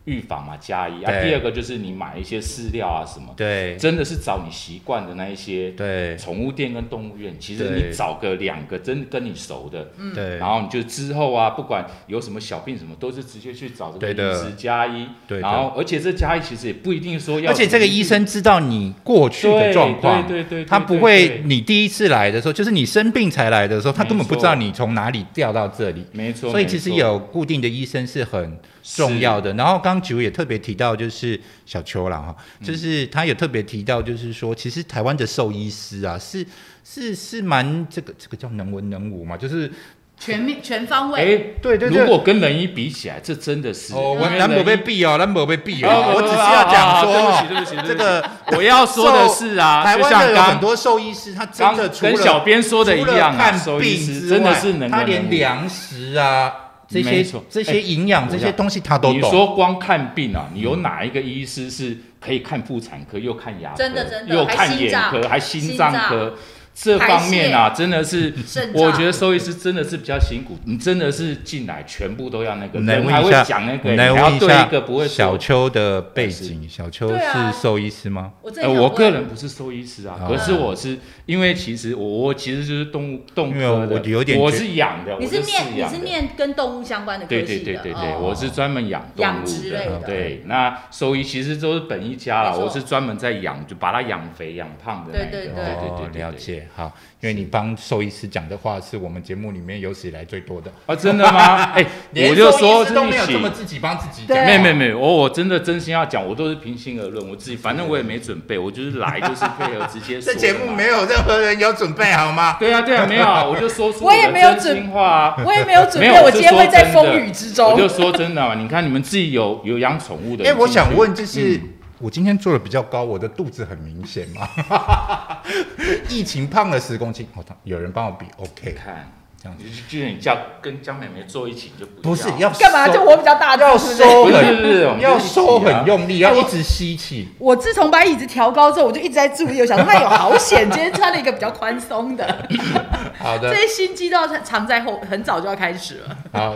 C: 预防嘛，加一啊；
A: 对
C: 第二个就是你买一些饲料啊什么，
A: 对
C: 真的是找你习惯的那一些
A: 对
C: 宠物店跟动物园。其实
A: 对
C: 你找个两个真的跟你熟的，
A: 对
C: 然后你就之后啊，不管有什么小病什么，都是直接去找
A: 对
C: 这
A: 的
C: 个医师加一。
A: 对的
C: 然后，而且这加一其实也不一定说要。
A: 而且这个医生，知道你过去的
C: 对
A: 状况，
C: 对对对对
A: 他不
C: 对
A: 会
C: 对
A: 你第一次来的时候，就是你生病才来的时候，他根本
C: 没
A: 不
C: 错
A: 知道你从哪里掉到这里。
C: 没错，
A: 所以其实
C: 没错
A: 有固定的医生是很重要的。然后刚刚九也特别提到，就是小邱啦哈，
C: 嗯
A: 就是他有特别提到，就是说其实台湾的兽医师啊，是是是蛮这个这个叫能文能武嘛，就是
B: 全面全方
C: 哎
B: 位。，
A: 对对对
C: 如果跟人医比起来，这真的是
A: 哦，我
C: 因为
A: 兰博
C: 人
A: 被
C: 医
A: 毙哦，兰博被毙
C: 啊
A: 哦，
C: 不
A: 我
C: 不
A: 只是
C: 不啊
A: 要讲
C: 啊
A: 说
C: 啊
A: 哦，
C: 对不起对不起
A: 这
C: 对不起
A: 个
C: 我要说的是啊，
A: 台
C: 就
A: 湾
C: 像
A: 的有
C: 刚
A: 很多兽医师，他真
C: 刚
A: 的除了
C: 跟小编说的一样
A: 除了
C: 啊，
A: 看
C: 兽医
A: 病
C: 师
A: 之
C: 真的
A: 外
C: 是能
A: 他
C: 人能
A: 连
C: 物
A: 粮食啊。这些
C: 没错哎
A: 这些营养、这
C: 我
A: 些
C: 想
A: 东西他都懂。
C: 你说光看病啊，你有哪一个医师是可以看妇产科又看牙科，
B: 真的真的
C: 又看眼
B: 还心
C: 科，
B: 脏
C: 还心脏
B: 心
C: 科？这方面啊，真的是
B: 肾
C: 我
B: 脏
C: 觉得兽医师真的是比较辛苦，你真的是进来全部都要那个，
A: 你来
C: 人还
A: 问一
C: 会
A: 下，
C: 讲那个，
A: 你
C: 你
A: 来
C: 还要
A: 问一
C: 对
A: 下
C: 一个不会
A: 小
C: 说。
A: 邱的背景，小邱
B: 对啊
A: 是兽医师吗？
B: 我这
C: 呃，我个人不是兽医师啊，
A: 哦
C: 可是我是因为其实我我其实就是动物动物
A: 因为
C: 科的，
A: 我有点
C: 我
A: 觉
C: 是养的，
B: 你
C: 我
B: 是
C: 就
B: 念你
C: 养的
B: 是念跟动物相关的科
C: 对
B: 系的，
C: 对对对对，
B: 哦
C: 我是专门养动
B: 养
C: 物
B: 殖类
C: 的。嗯
B: 的
C: 对，那兽医其实都是本一家啦，
B: 没错
C: 我是专门在养，就把它养肥、养胖的那一个。
B: 对对
C: 对对
A: 哦
C: 对对，
A: 了。解。好，因为你帮兽医师讲的话，是我们节目里面有史以来最多的。
C: 啊，真的 吗？哎，我就
A: 连兽
C: 说
A: 医师都没有
C: 真
A: 这
C: 的
A: 么
C: 行
A: 自己帮自己
B: 对
A: 讲。
C: 没有没有没有，我我真的真心要讲，我都是平心而论，我自己反正我也没准备，我就是来就是配合直接 说
A: 这
C: 的嘛。
A: 节目没有任何人有准备好吗？
C: 对啊对啊没有啊，我就说出
B: 我也
C: 的
B: 没有
C: 真
B: 准
C: 心话啊。
B: 我也没有准
C: 没
B: 备，
C: 有我
B: 我
C: 是
B: 今天会
C: 说
B: 在
C: 真
B: 风
C: 的
B: 雨之
C: 我
B: 中。
C: 就说真的嘛，啊你看你们自己有有养宠物的，
A: 哎，我
C: 你进去
A: 想问，就是
C: 嗯
A: 我今天做的比较高，我的肚子很明显嘛？ 疫情胖了十公斤，好，有人帮我比，OK，
C: 看，
A: 这样子
C: 你就就你叫跟江妹妹坐一起就
A: 不是
C: 要
A: 要
B: 干嘛？
A: 收
B: 就我比较大，
A: 要
B: 是不是
A: 收
C: 不是不是不是我
A: 很
C: 们
A: 要
C: 就是一起
A: 收
C: 啊
A: 很用力，要
B: 哎我
A: 一直吸气。
B: 我自从把椅子调高之后，我就一直在注意，我想说哎呦好险，今天穿了一个比较宽松 的。
A: 好的
B: 这，些心机都要藏在后，很早就要开始 了。
A: 好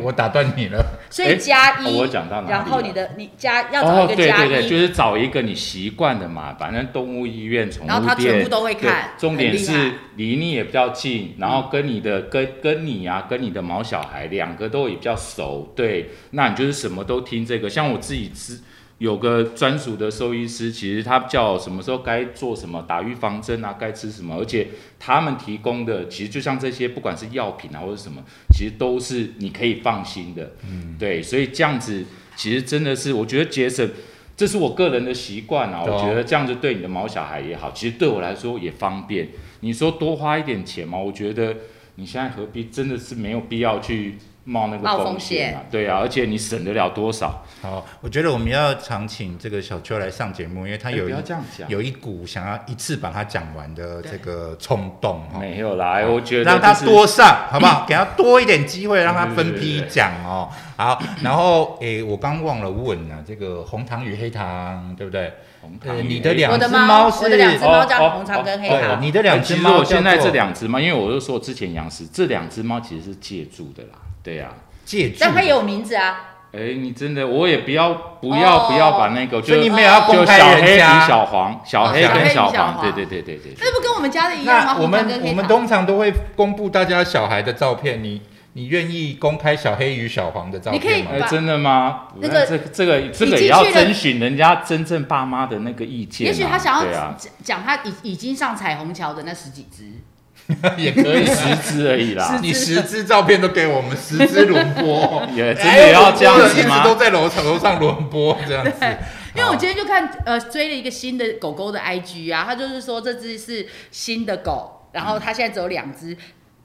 A: 我打断你了。
B: 所以加一，
C: 我讲到哪里了
B: 然后你的你加要找一个
C: 哦对
B: 加
A: 哦
C: 对
B: 一，
C: 对，就是找一个你习惯的嘛，反正动物医院、宠物店，
B: 然后他全部都会看
C: 对重点
B: 很厉
C: 是
B: 害嗯
C: 离你也比较近，然后跟你的、跟跟你啊，跟你的毛小孩两个都也比较熟，对，那你就是什么都听这个。像我自己知有个专属的兽医师，其实他叫我什么时候该做什么，打预防针啊，该吃什么，而且他们提供的其实就像这些，不管是药品啊或者什么，其实都是你可以放心的。嗯，对，所以这样子其实真的是，我觉得节省，这是我个人的习惯啊。
A: 对啊
C: 我觉得这样子对你的毛小孩也好，其实对我来说也方便。你说多花一点钱嘛，我觉得你现在何必真的是没有必要去冒那
B: 冒
C: 个
B: 风
C: 风险啊？对啊，而且你省得了多少？
A: 好，我觉得我们要常请这个小邱来上节目，因为他
C: 哎
A: 有
C: 不
A: 一、
C: 要这样讲，
A: 有一股想要一次把它讲完的这个冲动哈。
C: 没有啦，哎我觉得
A: 让他
C: 就是
A: 多上，好不好？给他多一点机会，让他分
C: 对对
A: 批
C: 对对
A: 讲哦。好，然后诶、我刚忘了问了、啊，这个红糖与黑糖，对不对？
C: 红糖
A: 呃，
C: 芋
A: 你的两
B: 我
A: 只
B: 的
A: 猫
B: 猫
A: 是
B: 我的两只猫叫
C: 哦哦
B: 红肠跟黑
C: 哦
A: 对，
B: 糖。
A: 你的两只
C: 其实
A: 猫叫
C: 我现在这
A: 做
C: 两只猫，因为我就说我之前养死这两只猫其实是借住的啦，对呀、
A: 借住
B: 但它也有名字啊，
C: 哎、你真的，我也不要不要、
B: 哦
C: 不要把那个，
A: 所
C: 就
A: 以你
C: 就
A: 没有要公开
C: 小黑
A: 人
C: 与
A: 家。
C: 小黄，小黑
A: 小黑
C: 跟
B: 与哦小
C: 黄，对
B: 黄
C: 对对对对。
B: 那不跟我们家的一样
A: 那
B: 吗？
A: 我
B: 红肠
A: 们
B: 跟
A: 我
B: 黑
A: 们
B: 糖。
A: 通常都会公布大家小孩的照片，你你愿意公开小黑与小黄的照
B: 你可
A: 片
B: 以
A: 吗？
C: 哎、
B: 吧
C: 真的吗？
B: 那个
C: 这这个这
B: 你
C: 个
B: 进
C: 也要
B: 去了
C: 征询人家真正爸妈的那个意见、啊。
B: 也许他想
C: 对
B: 要
C: 啊，
B: 讲讲他已已经上彩虹桥的那十几只，
A: 也可
C: 可以
A: 以啊。
C: 十只而已啦，
B: 是。
A: 你十支照片都给我们，十支轮播
C: 也真的要这样子
A: 哎我
C: 吗
A: 一直都在楼上楼上轮播这样子。
B: 因为我今天就看呃追了一个新的狗狗的 IG 啊，他就是说这只是新的狗，然后它现在只有两只，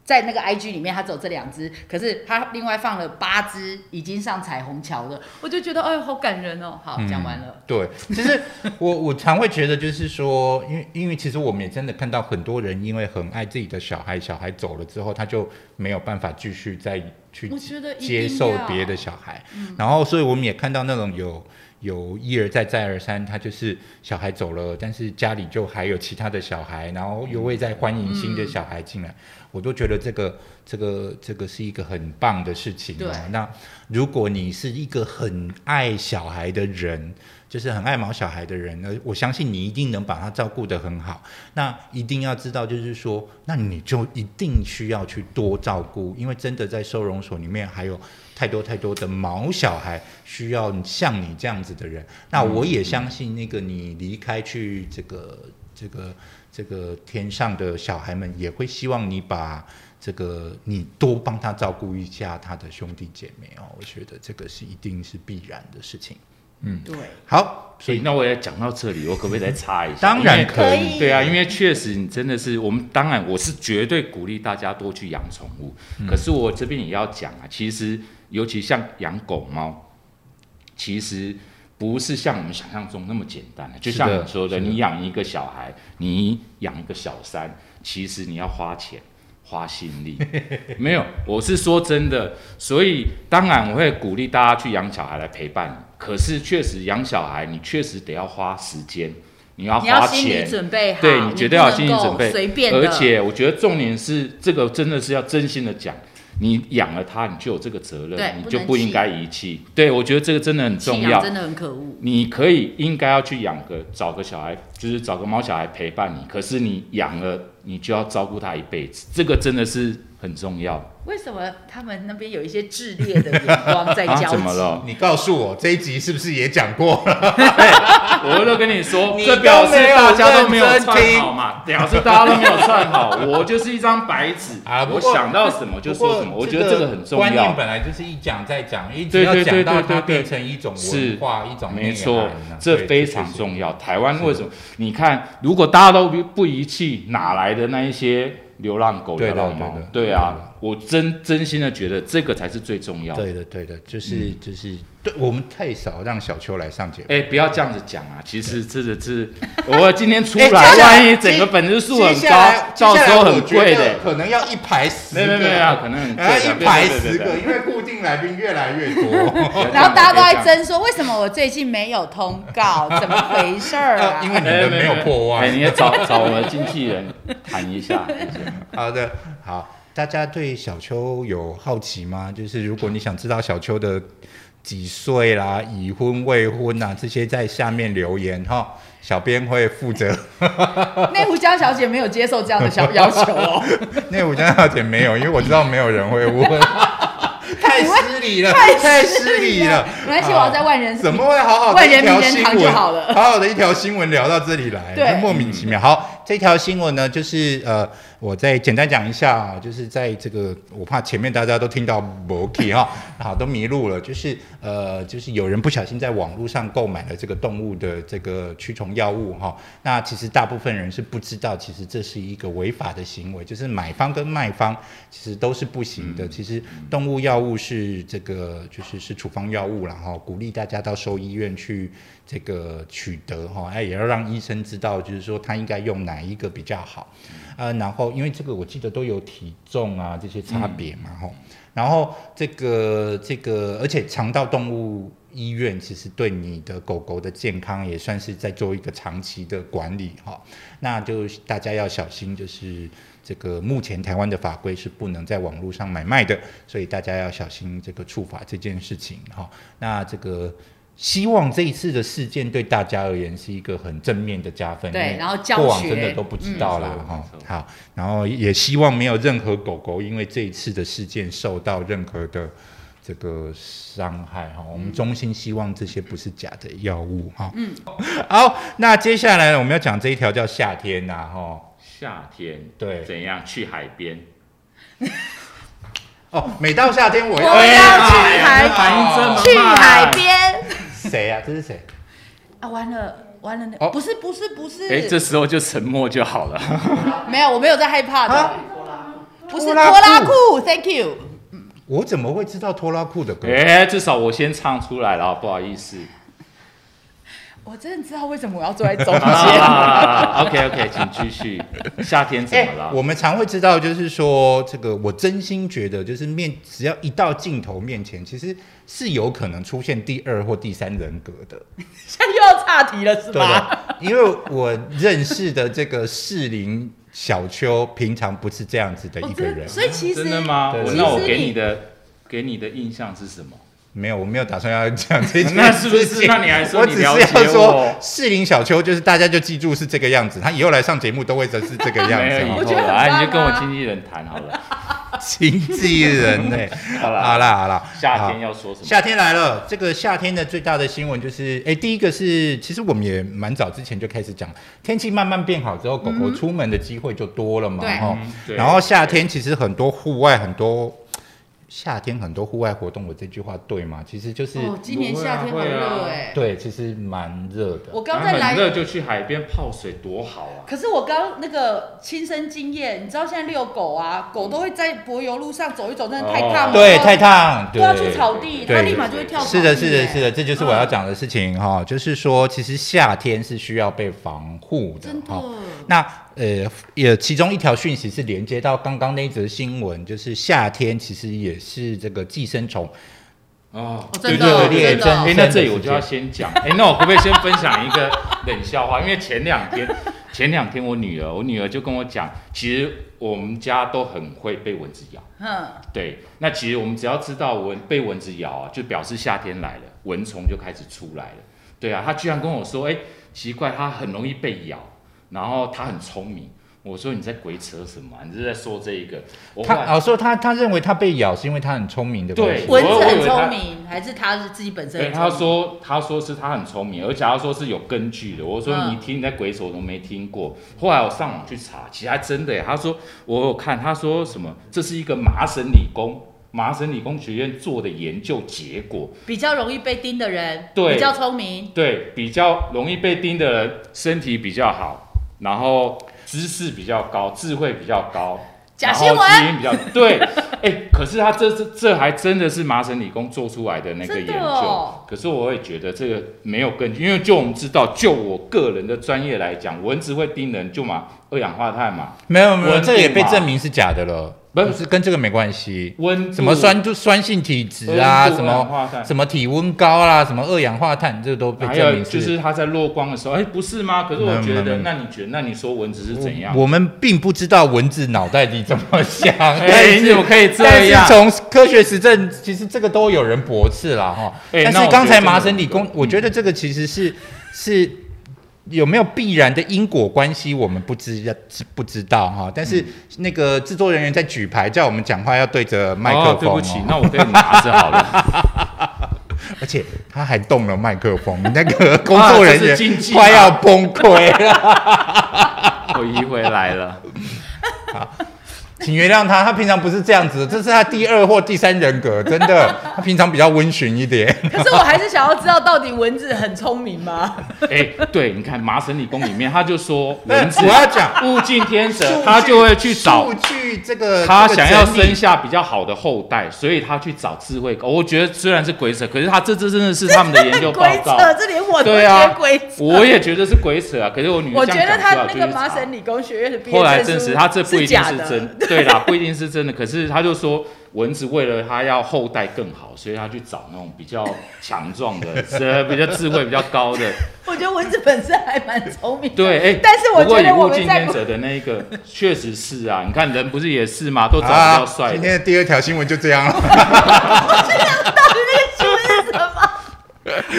B: 在那个 IG 里面它只有这两只，可是它另外放了八只已经上彩虹桥了，我就觉得哎呦好感人哦。
C: 嗯
B: 好，讲完了，
A: 对，其实我我常会觉得，就是说，因为因为其实我们也真的看到很多人，因为很爱自己的小孩，小孩走了之后，他就没有办法继续再去
B: 我觉得一定
A: 接受
B: 要嗯
A: 别的小孩，然后所以我们也看到那种有有一而再再而三，他就是小孩走了，但是家里就还有其他的小孩，然后又会再欢迎新的小孩进来，我都觉得这个这个这个是一个很棒的事情、
B: 对
A: 哦。那如果你是一个很爱小孩的人，就是很爱毛小孩的人，呃，我相信你一定能把他照顾得很好。那一定要知道，就是说，那你就一定需要去多照顾，因为真的在收容所里面还有太多太多的毛小孩需要像你这样子的人。那我也相信，那个你离开去这个这个这个天上的小孩们，也会希望你把。这个你多帮他照顾一下他的兄弟姐妹哦，我觉得这个是一定是必然的事情。
C: 嗯
B: 对，
A: 好，所
C: 所以
A: 以
C: 那我也讲到这里，我可不可以再插一下？
A: 当然哎
C: 因为
A: 可
B: 可
A: 以
B: 以
C: 对啊，因为确实你真的是我们，当然我是绝对鼓励大家多去养宠物。可是我这边也要讲啊，其实尤其像养狗猫，其实不是像我们想象中那么简单的。就是像
A: 的
C: 你说的，
A: 是的
C: 你养一个小孩，你养一个小三，其实你要花钱。花心力没有，我是说真的，所以当然我会鼓励大家去养小孩来陪伴你。可是确实养小孩，你确实得要花时间，你要
B: 你要
C: 花
B: 心理
C: 钱，
B: 准备好，
C: 对
B: 你
C: 你绝对要有
B: 不
C: 心
B: 能
C: 理
B: 够
C: 准备
B: 随便的，
C: 而且我觉得重点是这个真的是要真心的讲，你养了它，你就有这个责
B: 对
C: 任，你
B: 不
C: 就
B: 能
C: 不
B: 弃
C: 应该遗弃。对我觉得这个真的很重
B: 弃
C: 要
B: 养。真的很可恶。
C: 你可以应该要去养个找个小孩，就是找个猫小孩陪伴你。可是你养了，你就要照顾它一辈子，这个真的是很重要。
B: 为什么他们那边有一些炽烈的眼光在
C: 啊，
B: 交集？
C: 怎么了？
A: 你告诉我这一集是不是也讲过了？
C: 我都跟你说，
A: 你
C: 这表示大家
A: 都
C: 都
A: 没
C: 没
A: 有
C: 有
A: 认真
C: 串好嘛，表示大家都没有串好。 我就是一张白纸
A: 啊不
C: 我
A: 过
C: 想到什么就说什么。
A: 不
C: 我
A: 过
C: 觉得这个很重
A: 观念
C: 要，
A: 本来就是一讲再讲，一直
C: 对
A: 要
C: 对
A: 讲
C: 对
A: 到
C: 对
A: 它
C: 对
A: 变
C: 对
A: 成一种
C: 是
A: 文化，一种内
C: 没错
A: 涵啊，
C: 这
A: 对
C: 非
A: 确
C: 常
A: 实
C: 重要。台湾
A: 是
C: 为什么？你看，如果大家都不不遗弃，哪来的那一些流浪狗、
A: 对
C: 流
A: 的
C: 浪猫
A: 对的？
C: 对
A: 对
C: 啊，我真真心的觉得这个才是最重要的。
A: 对的，对的，就是、就是，对我们太少让小秋来上节目。
C: 哎，不要这样子讲啊！其实这个是，我今天出来，
A: 哎接下来
C: 万一整个粉丝数很
A: 接下来
C: 高，到时候很贵，
A: 接下来我觉
C: 的
A: 得。可能要一排十
C: 没有没
A: 个，
C: 有没有，可能很贵
A: 然后
C: 的
A: 一排
C: 对对
A: 十
C: 对对
A: 个，因为固定来宾越来越多。
C: 对
B: 然后大家都
C: 哎
B: 在争说，为什么我最近没有通告？怎么回事儿 啊？
A: 因为你的没有破万
C: 哎，你也找找我们经纪人谈一下。
A: 好的，好，大家对小秋有好奇吗？就是如果你想知道小秋的几岁啦、已婚未婚啊这些，在下面留言哈，小编会负责。
B: 内湖江小姐没有接受这样的小要 求哦，
A: 那我家小姐没有，因为我知道没有人会问，太失礼了，太失礼了。
B: 没关系，我要在万人
A: 怎么会好好的
B: 万
A: 一
B: 人
A: 条
B: 名人
A: 新
B: 堂就
A: 闻
B: 好了
A: 好好的一条新闻聊到这里来，
B: 对
A: 真莫名其妙。好，这条新闻呢，就是呃，我再简单讲一下啊，就是在这个我怕前面大家都听到 o k 哈， 好都迷路了，就是呃，就是有人不小心在网络上购买了这个动物的这个驱虫药物哈，那其实大部分人是不知道，其实这是一个违法的行为，就是买方跟卖方其实都是不行的。其实动物药物是这个就是是处方药物啦，然后鼓励大家到兽医院去这个取得哈，哎也要让医生知道，就是说他应该用哪一个比较好。啊，然后因为这个我记得都有体重啊这些差别嘛吼，然后这个这个，而且肠道动物医院其实对你的狗狗的健康也算是在做一个长期的管理哈，那就大家要小心，就是这个目前台湾的法规是不能在网络上买卖的，所以大家要小心这个触法这件事情哈。那这个。希望这一次的事件对大家而言是一个很正面的加分，
B: 对
A: 因为
B: 然后教
A: 过往
B: 学
A: 真的都不知道啦
C: 嗯没错
A: 哈
C: 没。错
A: 好，然后也希望没有任何狗狗因为这一次的事件受到任何的这个伤害哈。我们衷心希望这些不是假的药物哈。嗯，好，那接下来呢，我们要讲这一条叫夏天呐、啊哈。
C: 夏天
A: 对
C: 怎样去海边？
A: 哦，每到夏天我
B: 我们要去
C: 哎呀
B: 海
C: 这反应这么慢
B: 去海。边
A: 谁啊？这是谁？
B: 啊！完了完了，
C: 哦
B: 不是不是不是，
C: 哎，这时候就沉默就好了。
B: 没有，我没有在害怕的
A: 啊，
B: 不是
A: 拖
B: 拖
A: 拉
B: 拉
A: 裤
B: 裤，Thank you。
A: 我怎么会知道拖拉裤的歌？
C: 哎，至少我先唱出来了，不好意思。
B: 我真的知道为什么我要坐在中间，
C: 啊 OK OK，请继续。夏天怎么了？
A: 哎我们常会知道，就是说这个，我真心觉得，就是面只要一到镜头面前，其实是有可能出现第二或第三人格的。
B: 现在又要岔题了是
A: 对
B: 吧？
A: 的， 因为我认识的这个适龄小秋，平常不是这样子的
B: 我
A: 一个
B: 哦真
A: 人。
B: 所以其实
C: 真的吗？
A: 对
C: 我
A: 其
C: 那我
B: 实
C: 给
B: 你
C: 你的给你的印象是什么？
A: 没有，我没有打算要讲这件事情。
C: 那是不是那你还说
A: 我
C: 你
A: 只是
C: 了解
A: 要说
C: 我，
A: 适龄小秋就是大家就记住是这个样子，他以后来上节目都会是这个样
C: 没有
A: 子
C: 以
A: 哈
B: 我。
C: 后
B: 觉得很
C: 了，啊，你
B: 棒
C: 就跟我
B: 啊
C: 经纪人谈好了。
A: 经纪人呢、
C: 好了
A: 好啦好啦，
C: 夏
A: 好
C: 天要说什么？
A: 夏天来了，这个夏天的最大的新闻就是，哎，第一个是，其实我们也蛮早之前就开始讲，天气慢慢变好之后，狗狗出门的机会就多了嘛，
B: 嗯对
A: 吼
C: 嗯对
A: 哦然后夏天其实很多户外很多。夏天很多户外活动，我这句话对吗？其实就是、
B: 哦，今年
C: 不会
B: 夏
C: 啊
B: 天好
C: 会啊
B: 热哎，
A: 对，其实蛮热的。
B: 我刚
C: 然后
B: 在来
C: 很热就去海边泡水，多好啊！
B: 可是我刚那个亲身经验，你知道现在遛狗啊，狗都会在柏油路上走一走，真的太烫
C: 哦
B: 了，哦
A: 对，
B: 都
A: 太烫，
B: 都
A: 对，
B: 要去草地，
A: 对
B: 它立马就会跳。
A: 是的，是的，是
B: 的，
A: 的，这就是我要讲的事情哈、就是说，其实夏天是需要被防护的
B: 真的
A: 哈、。那呃，也其中一条讯息是连接到刚刚那一则新闻，就是夏天其实也是这个寄生虫
C: 哦，
B: 哦
C: 对
B: 真
C: 对
A: 热
B: 的
C: 对对
A: 烈
B: 真的
A: 真
C: 哎、
A: 真
C: 那
A: 的
C: 这里我
A: 是
C: 就要先讲，哎、那我可不可以先分享一个冷笑话？因为前两天， 前两天我女儿，我女儿就跟我讲，其实我们家都很会被蚊子咬。
B: 哼，
C: 对，那其实我们只要知道蚊被蚊子咬啊，就表示夏天来了，蚊虫就开始出来了。对啊，她居然跟我说，哎、奇怪，她很容易被咬，然后她很聪明。我说你在鬼扯什么啊、你是在说这一个？我后
A: 他
C: 来
A: 老说他他认为他被咬是因为他很聪明的关系
C: 对
B: 蚊
C: 我
B: 子
C: 我以
B: 很
C: 为他
B: 聪明，还是他是自己本身
C: 对，
B: 很
C: 他
B: 聪明？
C: 说他说是他很聪明，而且他说是有根据的。我说
B: 嗯
C: 你听你在鬼手都没听过，后来我上网去查，其实还真的耶。他说我有看，他说什么？这是一个麻省理工麻省理工学院做的研究结果，
B: 比较容易被叮的人，
C: 对
B: 比较聪明，
C: 对比较容易被叮的人身体比较好，然后知识比较高，智慧比较高，
B: 假
C: 然
B: 新
C: 后
B: 闻
C: 基因比较对，哎、可是他这这这还真的是麻省理工做出来的那个
B: 真
C: 研
B: 的
C: 究，
B: 哦
C: 可是我也觉得这个没有根据，因为就我们知道，就我个人的专业来讲，蚊子会叮人就嘛二氧化碳嘛，
A: 没有没有，
C: 蚊
A: 这个也
C: 病
A: 被
C: 嘛
A: 证明是假的了，
C: 不是
A: 不是跟这个没关系。
C: 温
A: 什么
C: 度
A: 酸度酸性体质
C: 温
A: 啊，
C: 度
A: 什
C: 二氧
A: 么
C: 化碳。
A: 什么体温高啦、什么二氧化碳，这都被
C: 还
A: 证
C: 有
A: 明
C: 就是它在落光的时候，哎、不是吗？可是我
A: 没有
C: 觉
A: 没有
C: 得，
A: 没有
C: 那你觉得，那你啊说蚊子是怎样？
A: 我我们并不知道蚊子脑袋里怎么想，但
C: 哎、
A: 是
C: 你怎么可以这
A: 但是
C: 样？
A: 从科学实证，其实这个都有人驳斥了哈。
C: 哎
A: 但
C: 那我
A: 是刚
C: 觉得
A: 才
C: 这
A: 麻
C: 个
A: 省理工
C: 嗯，
A: 我觉得这个其实是是有没有必然的因果关系，我们不知知不知道哈。但是那个制作人员在举牌，叫我们讲话要对着麦克
C: 哦，
A: 风、
C: 对不起，那我给你拿着好 了。
A: 而且他还动了麦克风，那 个工作人
C: 这是禁
A: 员
C: 忌啊
A: 快要崩溃了。
C: 我移回来了。
A: 请原谅他，他平常不是这样子的，这是他第二或第三人格，真的，他平常比较温驯一点。
B: 可是我还是想要知道，到底蚊子很聪明吗？
C: 哎、对，你看麻省理工里面，他就说蚊子
B: 哎
A: 我要讲
C: 物竞天择
A: 数，
C: 他
A: 据
C: 就会去找
A: 呃数据这个，
C: 他
A: 这个
C: 想要
A: 整理
C: 生下比较好的后代，所以他去找智慧狗。我觉得虽然是鬼扯，可是他这这真的是他们的研究报
B: 鬼
C: 告。
B: 扯，这连我都
C: 对
B: 觉
C: 啊
B: 得鬼扯。
C: 我也觉得是鬼扯啊，可是我女儿
B: 我
C: 这
B: 觉
C: 样
B: 得
C: 讲
B: 他
C: 出来我
B: 那
C: 就
B: 个
C: 去
B: 麻
C: 查
B: 省理工学院的毕业
C: 后来
B: 证
C: 证
B: 书
C: 实他这不一定
B: 假
C: 是
B: 的
C: 真，对啦，不一定是真的。可是他就说，蚊子为了他要后代更好，所以他去找那种比较强壮的、是比较智慧比较高的。
B: 我觉得蚊子本身还蛮聪明的。
C: 对，哎、
B: 但是我
C: 不过
B: 觉得
C: 以
B: 我
C: 物
B: 们
C: 竞
B: 在
C: 天
B: 不
C: 择的那一个，确实是啊。你看人不是也是吗？都找比
A: 啊，
C: 较帅
A: 今
C: 的。
A: 天的第二条新闻就这样了。
B: 新闻是什么？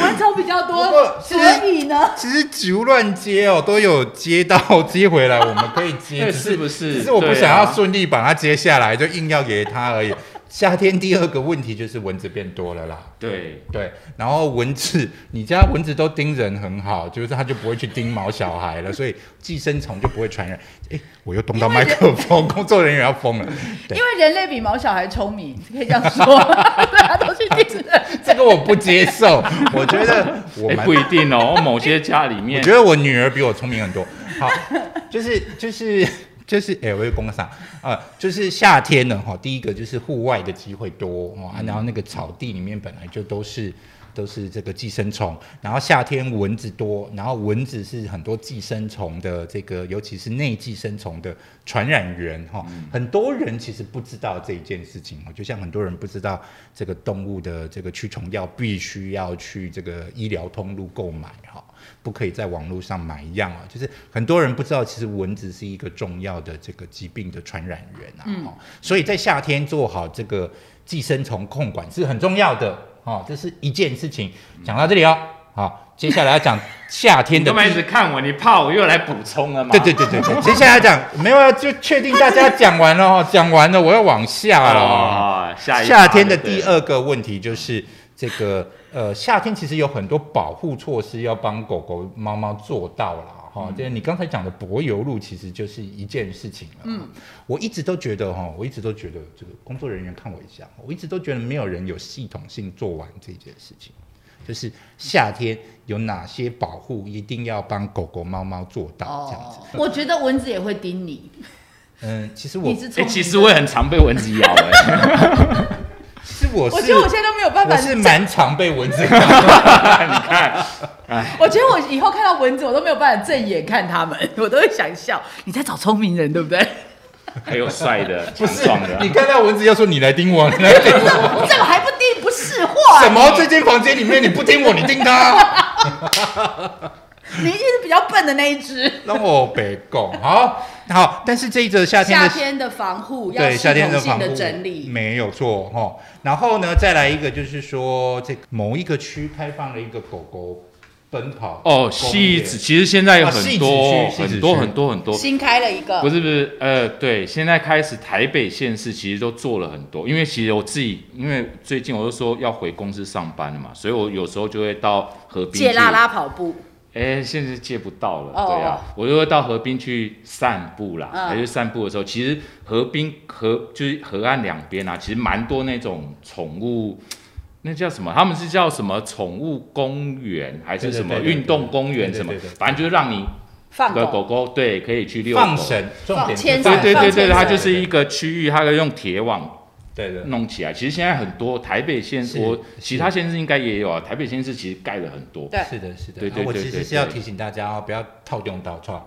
B: 蚊虫比较
A: 不过
B: 多，
A: 是
B: 所以呢，
A: 其实植物乱接哦，都有接到接回来，我们可以接，
C: 对
A: 只
C: 是不是
A: 只是我不
C: 对啊
A: 想要顺利把它接下来，就硬要给他而已。夏天第二个问题就是蚊子变多了啦。
C: 对，
A: 对，然后蚊子，你家蚊子都叮人很好，就是它就不会去叮毛小孩了，所以寄生虫就不会传染。哎，我又动到麦克风，工作人员要疯了。对
B: 因，为人类比毛小孩聪明，可以这样说，大家都去盯着。
A: 这个我不接受，我觉得我
C: 哎、
A: 蛮
C: 不一定哦。某些家里面
A: 我觉，得我女儿比我聪明很多。好，就是就是就是，哎、我又攻上啊，就是夏天呢，哈，第一个就是户外的机会多哦、啊然后那个草地里面本来就都是。都是这个寄生虫，然后夏天蚊子多，然后蚊子是很多寄生虫的这个，尤其是内寄生虫的传染源哈、很多人其实不知道这一件事情哦，就像很多人不知道这个动物的这个驱虫药必须要去这个医疗通路购买哈、不可以在网络上买一样啊，就是很多人不知道，其实蚊子是一个重要的这个疾病的传染源啊，哦所以在夏天做好这个寄生虫控管是很重要的哦，这是一件事情。讲到这里哦，好、接下来要讲夏天
C: 你
A: 的
C: 干
A: 第
C: 嘛
A: 一
C: 一直看我？你怕我又来补充了吗？
A: 对对对对对，接下来讲没有啊，就确定大家讲完了哦，讲完了，我要往下了哦、
C: 哦，下一
A: 夏
C: 趴
A: 天的
C: 就对
A: 第
C: 了，
A: 二个问题就是这个呃，夏天其实有很多保护措施要帮狗狗、猫猫做到了
B: 嗯
A: 哈。就是你刚才讲的柏油路，其实就是一件事情了。嗯，我一直都觉得哈，我一直都觉得这个工作人员看我一下，我一直都觉得没有人有系统性做完这件事情。就是夏天有哪些保护一定要帮狗狗、猫猫做到这样子。，
B: 哦我觉得蚊子也会叮你，
A: 嗯，其实我
B: 你
A: 其
B: 是
C: 哎、
B: 聪明的。
C: 其实我也很常被蚊子咬、哎。
A: 实我
B: 我
A: 是
B: 觉得我现在都没有办
A: 我
B: 法
A: 是蛮常被 蚊子咬。
C: 哎 你看，
B: 我觉得我以后看到蚊子，我都没有办法正眼看它们， 我都会想笑。你在找聪明人，对不对？
C: 还有帅的、
A: 不
C: 强
A: 是
B: 啊
C: 壮的，啊
A: 你看到蚊子要说你来叮我，你来叮我，
B: 这个还不定，不是货啊！
A: 什么？这间房间里面你不听我，你听 他，
B: 你一定是比较笨的那一只。
A: 让我北供。好，好，但是这一则夏天
B: 夏
A: 的
B: 天的防护要
A: 对
B: 系
A: 夏天
B: 统性
A: 房
B: 的
A: 屋
B: 整理，
A: 没有错哈、哦。然后呢，再来一个就是说，这个某一个区开放了一个狗狗奔跑
C: 哦，
A: 公园
C: 戏子其实现在有
A: 啊
C: 很
A: 戏子
C: 多、
A: 区戏
C: 很
A: 子
C: 多
A: 区
C: 很多很多，
B: 新开了一个，
C: 嗯不是不是，呃，对，现在开始台北县市其实都做了很多，因为其实我自己，因为最近我就说要回公司上班了嘛，所以我有时候就会到河滨
B: 借
C: 去，
B: 拉拉跑步，
C: 哎，现在借不到了，
B: 哦
C: 对啊，我就会到河滨去散步啦。
B: 嗯
C: 还是散步的时候，其实河滨河就是河岸两边啊，其实蛮多那种宠物。那叫什么？他们是叫什么宠物公园，还是
A: 对对
C: 什么
A: 对对
C: 运动公
A: 对
C: 园？
A: 对
C: 什么
A: 对对对？
C: 反正就是让你
B: 放
C: 的
B: 狗
C: 狗狗对可以去遛
A: 放
C: 狗
A: 绳，重点
B: 牵
A: 是
B: 绳
A: 放
C: 对对对
B: 放
C: 对，
B: 牵绳
C: 它就是一个区域，它可以用铁网
A: 对对
C: 弄起来。其实现在很多台北县，
A: 是
C: 我其他县市应该也有啊，台北县市其实盖了很多。
B: 对
A: 是的，是的。
C: 对对
A: 啊我
C: 对
A: 其
C: 对
A: 实是要
C: 对
A: 提醒大家哦，不要套用到创，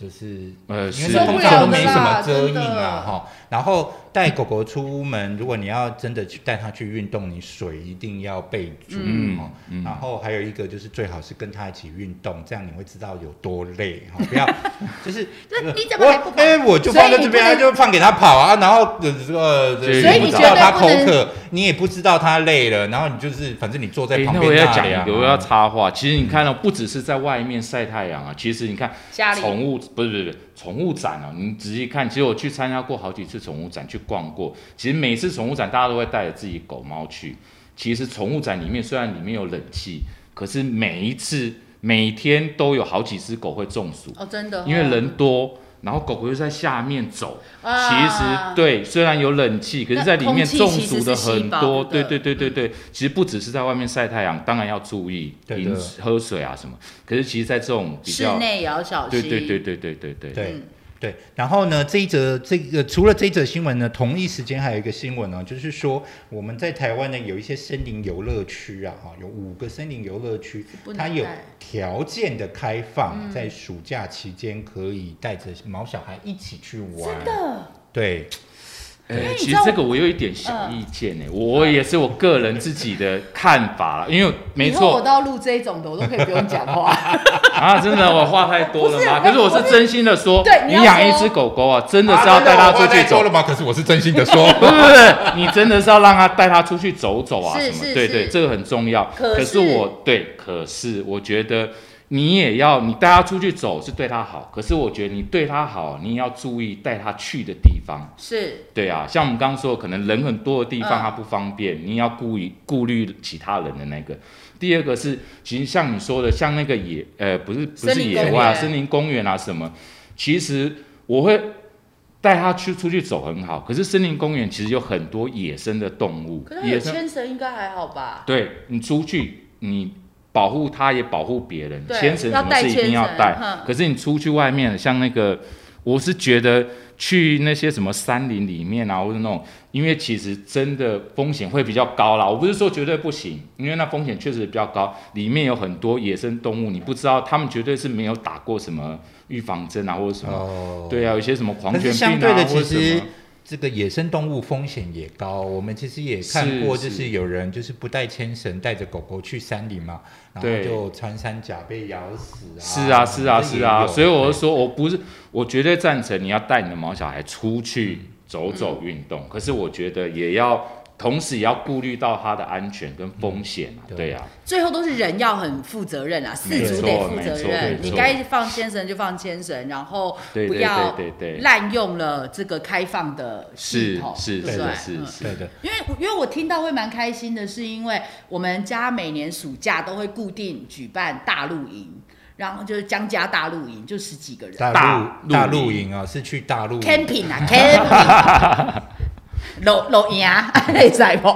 A: 就是
C: 呃，
A: 因
C: 是
A: 为
B: 受
A: 通
B: 不了
A: 常都
B: 的
A: 没什
B: 啦
A: 么遮
B: 真
A: 荫
B: 的
A: 啊，哈。然后带狗狗出门，如果你要真的去带它去运动，你水一定要备足
C: 嗯
A: 哈
C: 嗯。
A: 然后还有一个就是最好是跟它一起运动，这样你会知道有多累哈。 不要就是
B: 这
A: 呃
B: 你怎么还不
A: 我哎，我就放在这边啊，
B: 所以你不能
A: 就放给它跑啊，然后呃这个
C: 所以
A: 呃
C: 你
A: 不知
C: 绝
A: 道
B: 对
A: 它
B: 不
A: 口
B: 能
A: 渴，你也不知道它累了，然后你就是反正你坐在
C: 诶
A: 旁
C: 那
A: 边
C: 我要
A: 纳
C: 讲
A: 凉
C: 一个，
A: 啊
C: 我要插话。其实你看到、哦不只是在外面晒太阳啊，其实你看
B: 家里
C: 宠物不是不是不是宠物展啊，你仔细看，其实我去参加过好几次宠物展，去逛过。其实每次宠物展大家都会带着自己狗猫去。其实宠物展里面虽然里面有冷气，可是每一次每天都有好几只狗会中暑。
B: 哦，真的哦，
C: 因为人多，然后狗狗又在下面走。
B: 啊
C: 其实对，虽然有冷气，可是在里面中暑的很
B: 那空
C: 多。
B: 气其实是稀薄的嗯
C: 对对对对对，其实不只是在外面晒太阳，当然要注意
A: 对的
C: 饮食喝水啊什么。可是其实，在这种比
B: 室
C: 较，
B: 内也要小
C: 对
B: 心，
C: 对对对对对对，
A: 对
B: 嗯
A: 对，然后呢，这一则这个除了这一则新闻呢，同一时间还有一个新闻呢，哦就是说我们在台湾呢有一些森林游乐区啊，哈，有五个森林游乐区
B: 不，能
A: 它有
B: 带嗯
A: 条件的开放，在暑假期间可以带着毛小孩一起去玩
B: 真。的，
A: 对，
B: 因为
C: 哎，
B: 你
C: 其
B: 知
C: 实
B: 道嗯
C: 这个我有一点小意见呢，我也是我个人自己的看法啦，因为没
B: 以后我
C: 错
B: 都要录这一种的，我都可以不用讲 话，
C: 啊，真的我话太多了吗？
B: 不
C: 可
B: 是
C: 是我是真心的说
B: 对，你
C: 你
B: 要
C: 养
B: 说
C: 一只狗狗啊，真的是要带它出去走
A: 说了吗？可是我是真心的说，
C: 不是不是，你真的是要让他带他出去走走啊，
B: 是
C: 什么？
B: 是
C: 对
B: 是
C: 对，这个很重要。
B: 可
C: 可
B: 是
C: 我对，可是我觉得你也要，你带他出去走是对他好，可是我觉得你对他好，你也要注意带他去的地方。
B: 是
C: 对啊，像我们刚刚说，可能人很多的地
B: 嗯
C: 方他不方便，你要顾虑顾虑其他人的那个。第二个是，其实像你说的，像那个野呃，不是不
B: 森
C: 是
B: 林
C: 野
B: 公
C: 外啊
B: 园
C: 森林公园啊什么，其实我会带他去出去走很好。可是森林公园其实有很多野生的动物
B: 可，是有
C: 野生
B: 牵绳应该还好吧？
C: 对你出去你。保护它也保护别人，
B: 对
C: 牵绳
B: 要
C: 什么
B: 带
C: 是一
B: 牵嗯
C: 定要
B: 绳
C: 带
B: 哼。
C: 可是你出去外面，像那个，我是觉得去那些什么山林里面啊，或者那种，因为其实真的风险会比较高啦。我不是说绝对不行，因为那风险确实比较高，里面有很多野生动物，你不知道他们绝对是没有打过什么预防针啊，或者什么。
A: 哦，
C: 对啊，有一些什么狂
A: 可
C: 犬
A: 是相
C: 病
A: 对
C: 啊，
A: 的，
C: 或
A: 其
C: 者什
A: 实
C: 么。
A: 这个野生动物风险也高。我们其实也看
C: 是
A: 过，就是是有人就是不带牵绳，带着狗狗去山里嘛，然后
C: 对
A: 就穿山甲被咬死啊。
C: 是啊，是啊，
A: 这
C: 是
A: 也
C: 啊，
A: 有
C: 所以我
A: 对
C: 就说，我不是，我绝对赞成你要带你的毛小孩出去
A: 嗯
C: 走走
B: 嗯
C: 运动，可是我觉得也要，同时也要顾虑到他的安全跟风险啊，
A: 嗯
C: 对啊，
B: 最后都是人要很负责任啊，四
C: 没
B: 足
C: 错
B: 得负责
C: 没错
B: 任，
A: 没
B: 你
A: 错
B: 该放牵绳就放牵绳，然后
C: 对
B: 不
C: 对
B: 要
C: 对对对，
B: 滥用了这个开放的系
C: 是
B: 统，
C: 是
B: 哦对
C: 是
B: 不对？
C: 是
B: 嗯
C: 是
A: 对的，
B: 因为因为我听到会蛮开心的，是因为我们家每年暑假都会固定举办大露营，然后就是江家大露营，就十几个人
A: 大陆
C: 大
A: 大
C: 陆
A: 露营啊，是去大陆
B: camping 啊 camping，露露营啊，内在不？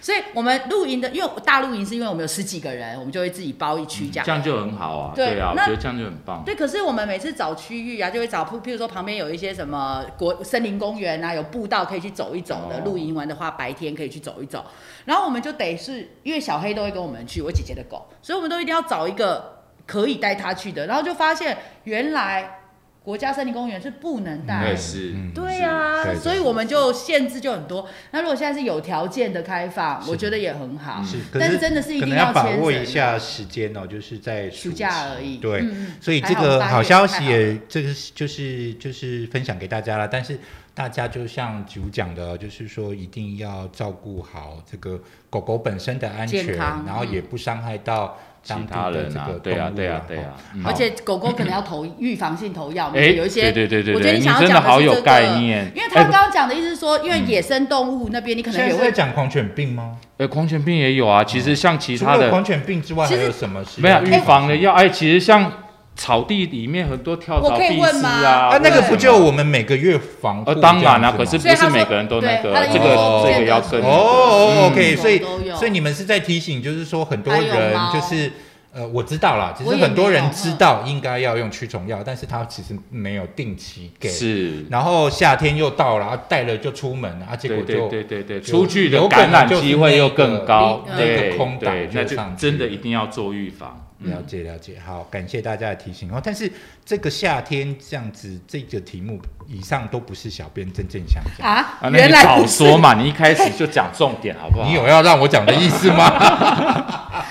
B: 所以我们露营的，因为大露营是因为我们有十几个人，我们就会自己包一嗯区这样。
C: 这样就很好啊，
B: 对
C: 对啊，我
B: 那
C: 觉得这样就很棒，
B: 对，可是我们每次找区域啊，就会找，譬譬如说旁边有一些什么国森林公园啊，有步道可以去走一走的。
C: 哦
B: 露营完的话，白天可以去走一走。然后我们就得是因为小黑都会跟我们去，我姐姐的狗，所以我们都一定要找一个可以带它去的。然后就发现原来国家森林公园是不能带
C: 对
A: 嗯
C: 是
A: 嗯
B: 啊对对啊，
A: 对对
B: 所以我们就限制就很多。那如果现在是有条件的开放，
A: 是
B: 我觉得也很好。
A: 是，可
B: 但是真的是一
A: 嗯可
B: 定
A: 能要把
B: 牵
A: 握
B: 绳啊
A: 一下时间哦，就是在暑
B: 暑假而已。
A: 期对，
B: 嗯，嗯
A: 所以这
B: 还
A: 个
B: 八月
A: 好消
B: 太
A: 息
B: 好了
A: 也，这个是就是就是分享给大家了。但是大家就像主讲的，哦就是说一定要照顾好这个狗狗本身的安全，
B: 健康嗯
A: 然后也不伤害到
C: 其
A: 当地
C: 他
A: 的
C: 人
A: 这
C: 啊
A: 个，
C: 对啊
A: 动，物
C: 对啊
A: 啦，
C: 对
A: 哦
C: 啊，嗯
A: 好
B: 而且狗狗可能要投预防性投药嘛，
C: 哎，
B: 有一些
C: 对对对对
B: 我觉得
C: 对，
B: 你
C: 你
B: 想要
C: 真
B: 讲
C: 的
B: 的
C: 好
B: 是
C: 有
B: 这
C: 概
B: 个
C: 念，
B: 因为他
C: 哎
B: 刚刚讲的意思是说，因为野生动物那
C: 啊
B: 边你可能
A: 现在
B: 也
A: 是在
B: 会，
A: 讲狂犬病吗？
C: 呃，狂犬病也有啊。其实像其
A: 哦除
C: 他
A: 了
C: 的
A: 狂犬病之外，还
B: 其实
A: 有什么是
C: 没有预防的
A: 的？
C: 药，哎，其实像草地里面很多跳蚤、
B: 我可以
C: 蜱
B: 问
C: 丝
B: 吗
C: 啊，
A: 啊，那个不
C: 对
A: 就我们每个月防护
C: 呃
A: 这样子吗？
C: 当然啦可 是
B: 所以他
C: 不
B: 说
C: 是每个人都那个
B: 对他的意思
A: 这个
B: 说不见
A: 这
C: 个
B: 得
C: 要
B: 是
C: 跟
B: 狗
A: 哦哦
C: 嗯
A: ，OK，
B: 狗
A: 所以
B: 都有
A: 所以你们是在提醒，就是说很多
B: 还有
A: 人
B: 猫
A: 就是呃，我知道啦，只
B: 我
A: 是
B: 也
A: 很多
B: 没有
A: 人知道应该要用驱虫药，但是他其实没有定期给。
C: 是，
A: 然后夏天又到了，啊带了就出门了，啊，结
C: 对
A: 果
C: 对
A: 就
C: 对对对，
A: 就
C: 出去
A: 有
C: 的
A: 可能
C: 感染
A: 就是
C: 机会又更高
B: 那，个
A: 那个
C: 对
A: 空档
C: 对，
A: 就
C: 那就
A: 上去
C: 真的一定要做预防。嗯
A: 了解了解。好，感谢大家的提醒哦。但是这个夏天这样子，这个题目以上都不是小编真正想讲。
B: 啊
C: 啊，，那
B: 原
C: 你
B: 来
C: 早
B: 不是
C: 说，嘛，你一开始就讲重点好不好？
A: 你有要让我讲的意思吗？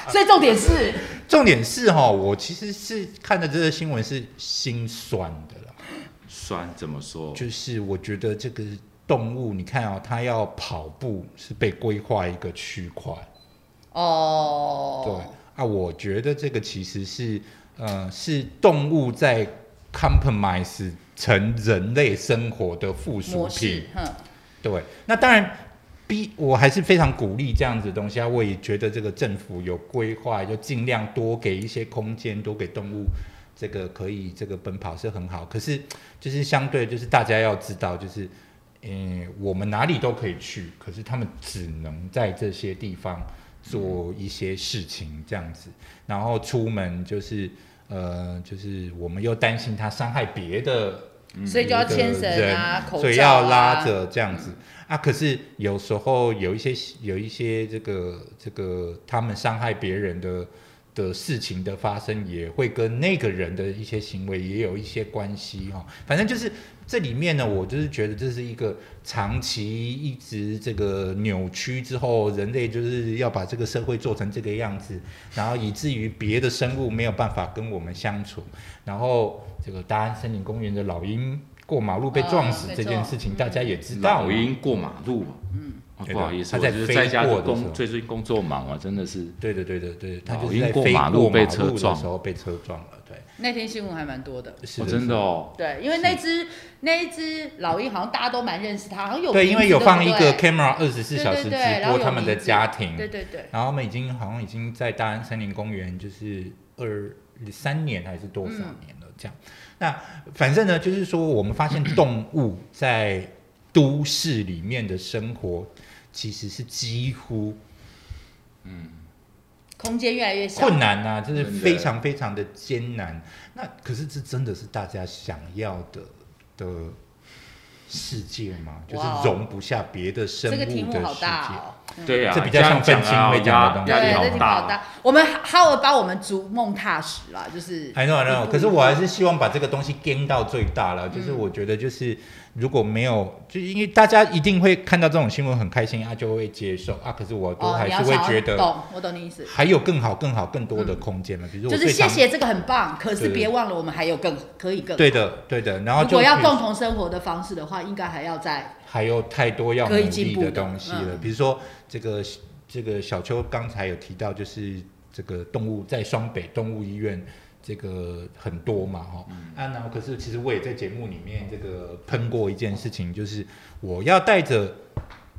B: 所以重点是
A: 重点是哈、我其实是看了这个新闻是心酸的啦。
C: 酸怎么说？
A: 就是我觉得这个动物，你看哦，它要跑步是被规划一个区块，对、
B: 哦，
A: 啊，我觉得这个其实是呃是动物在 compromise 成人类生活的附属
B: 模
A: 品
B: 式，，哼，
A: 对，那当然。逼我还是非常鼓励这样子的东西啊！我也觉得这个政府有规划，就尽量多给一些空间，多给动物这个可以这个奔跑是很好。可是就是相对就是大家要知道，就是嗯，我们哪里都可以去，可是他们只能在这些地方做一些事情这样子，然后出门就是呃，就是我们又担心它伤害别的
B: 所以就要牵绳啊，口罩啊嗯
A: 所以要拉着这样子啊。可是有时候有一些有一些这个这个他们伤害别人的的事情的发生，也会跟那个人的一些行为也有一些关系哈、哦。反正就是这里面呢，我就是觉得这是一个长期一直这个扭曲之后，人类就是要把这个社会做成这个样子，然后以至于别的生物没有办法跟我们相处，然后这个大安森林公园的老鹰。过马路被撞死
B: 啊
A: 这
B: 被
A: 件事情，大
B: 撞
A: 家也知道嘛。哎
C: 老鹰过马路嘛，
B: 嗯
C: 啊
A: 对
C: 不好意思，
A: 它
C: 我
A: 在
C: 就是
A: 飞
C: 在家
A: 过的时
C: 工
A: 候
C: 最近工作忙啊，真的是
A: 对对对对对，他
C: 老
A: 就是
C: 鹰
A: 在
C: 过
A: 飞
C: 马路
A: 过
C: 被
A: 马
C: 车
A: 路的
C: 撞
A: 时候被车撞了，对，
B: 那天新闻还蛮多的。
A: 是
C: 哦，真的哦，
B: 对，因为那只那一只老鹰好像大家都蛮认识它，好像有
A: 对，
B: 名
A: 因
B: 字
A: 为有
B: 不
A: 放一个
B: 对
A: camera 二十四小时
B: 对
A: 直
B: 对对然
A: 播
B: 后有
A: 他们的
B: 名字
A: 家庭，
B: 对对对，
A: 然后他们已经好像已经在大安森林公园就是二三年还是多少
B: 嗯
A: 年了这样。那反正呢，就是说我们发现动物在都市里面的生活其实是几乎
B: 空间越来越小，
A: 困难啊，就是
C: 真的
A: 非常非常的艰难。那可是这真的是大家想要的的世界吗？就是
B: 哇哦
A: 容不下别的生
B: 这
A: 物
B: 个
A: 的世
B: 题
A: 界。
B: 目好大哦。嗯
C: 对啊，
A: 这比较
C: 样
A: 像
C: 讲
A: 愤青
C: 啊
A: 会讲的东西
C: 压
B: 对，
C: 压
B: 这
C: 力
B: 题
C: 好
B: 目好
C: 大。哦啊
B: 大。我们哈尔把我们逐梦踏实啦，就是
A: ，I know I
B: 一
A: know，
B: 步
A: 可是我还是希望把这个东西颠到最大
B: 嗯
A: 了。就是我觉得，就是如果没有，就因为大家一定会看到这种新闻很开心啊，就会接受啊。可是我都
B: 哦，
A: 还
B: 你
A: 是
B: 要
A: 会
B: 想要
A: 觉得
B: 懂，我懂你意思，
A: 还有更好、更好、更多的空间了。比如我
B: 就是
A: 最
B: 谢
A: 常
B: 谢这个很棒，可是
A: 对
B: 别忘了我们还有更可以更。
A: 对的对的，然后
B: 如果
A: 就
B: 要
A: 比如
B: 共同生活的方式的话，应该还要再
A: 还有太多要努
B: 可以进
A: 力
B: 步的
A: 东西了。
B: 嗯
A: 比如说这个这个小邱刚才有提到，就是这个动物在双北动物医院。这个很多嘛，哈、
B: 嗯
A: 啊，然后可是其实我也在节目里面这个喷过一件事情，就是我要带着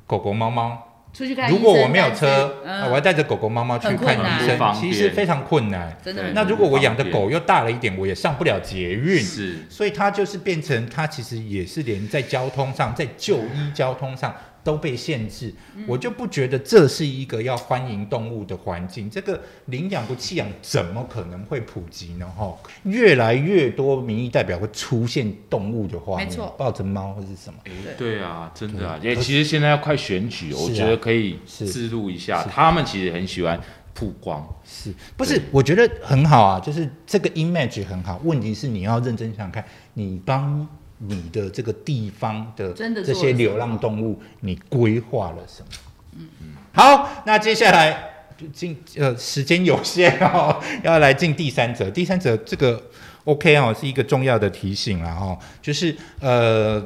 A: 狗狗、猫猫
B: 出去看医
A: 如
B: 生。
A: 果我没有
B: 但是
A: 车，啊我要
B: 嗯，
A: 带着狗狗、猫猫去
B: 很
A: 看
B: 困
A: 医
B: 难
A: 生，
C: 不方
A: 其
C: 便
A: 实非常困难。
B: 真的
C: 对
B: 很
A: 那如果我养的
C: 不方便
A: 狗又大了一点，我也上不了捷运，
C: 是
A: 所以它就是变成它其实也是连在交通上，在就医交通上都被限制。
B: 嗯
A: 我就不觉得这是一个要欢迎动物的环境。这个领养不弃养怎么可能会普及呢？哈，越来越多民意代表会出现动物的画面，
B: 没错
A: 抱着猫或是什么。
C: 对啊，真的啊，
A: 对
C: 也其实现在要快选举哦，
A: 是啊
C: 我觉得可以
A: 是
C: 记录一下，
A: 是
C: 他们其实很喜欢曝光，
A: 是不是
C: 对？
A: 我觉得很好啊，就是这个 image 很好。问题是你要认真想看，你帮你的这个地方的
B: 真的做
A: 这些
B: 了什么
A: 流浪动物，你规划了什么？嗯，好，那接下来就进呃时间有限哦， 要来进第三者。第三者这个 OK 哦，是一个重要的提醒啦哦，就是呃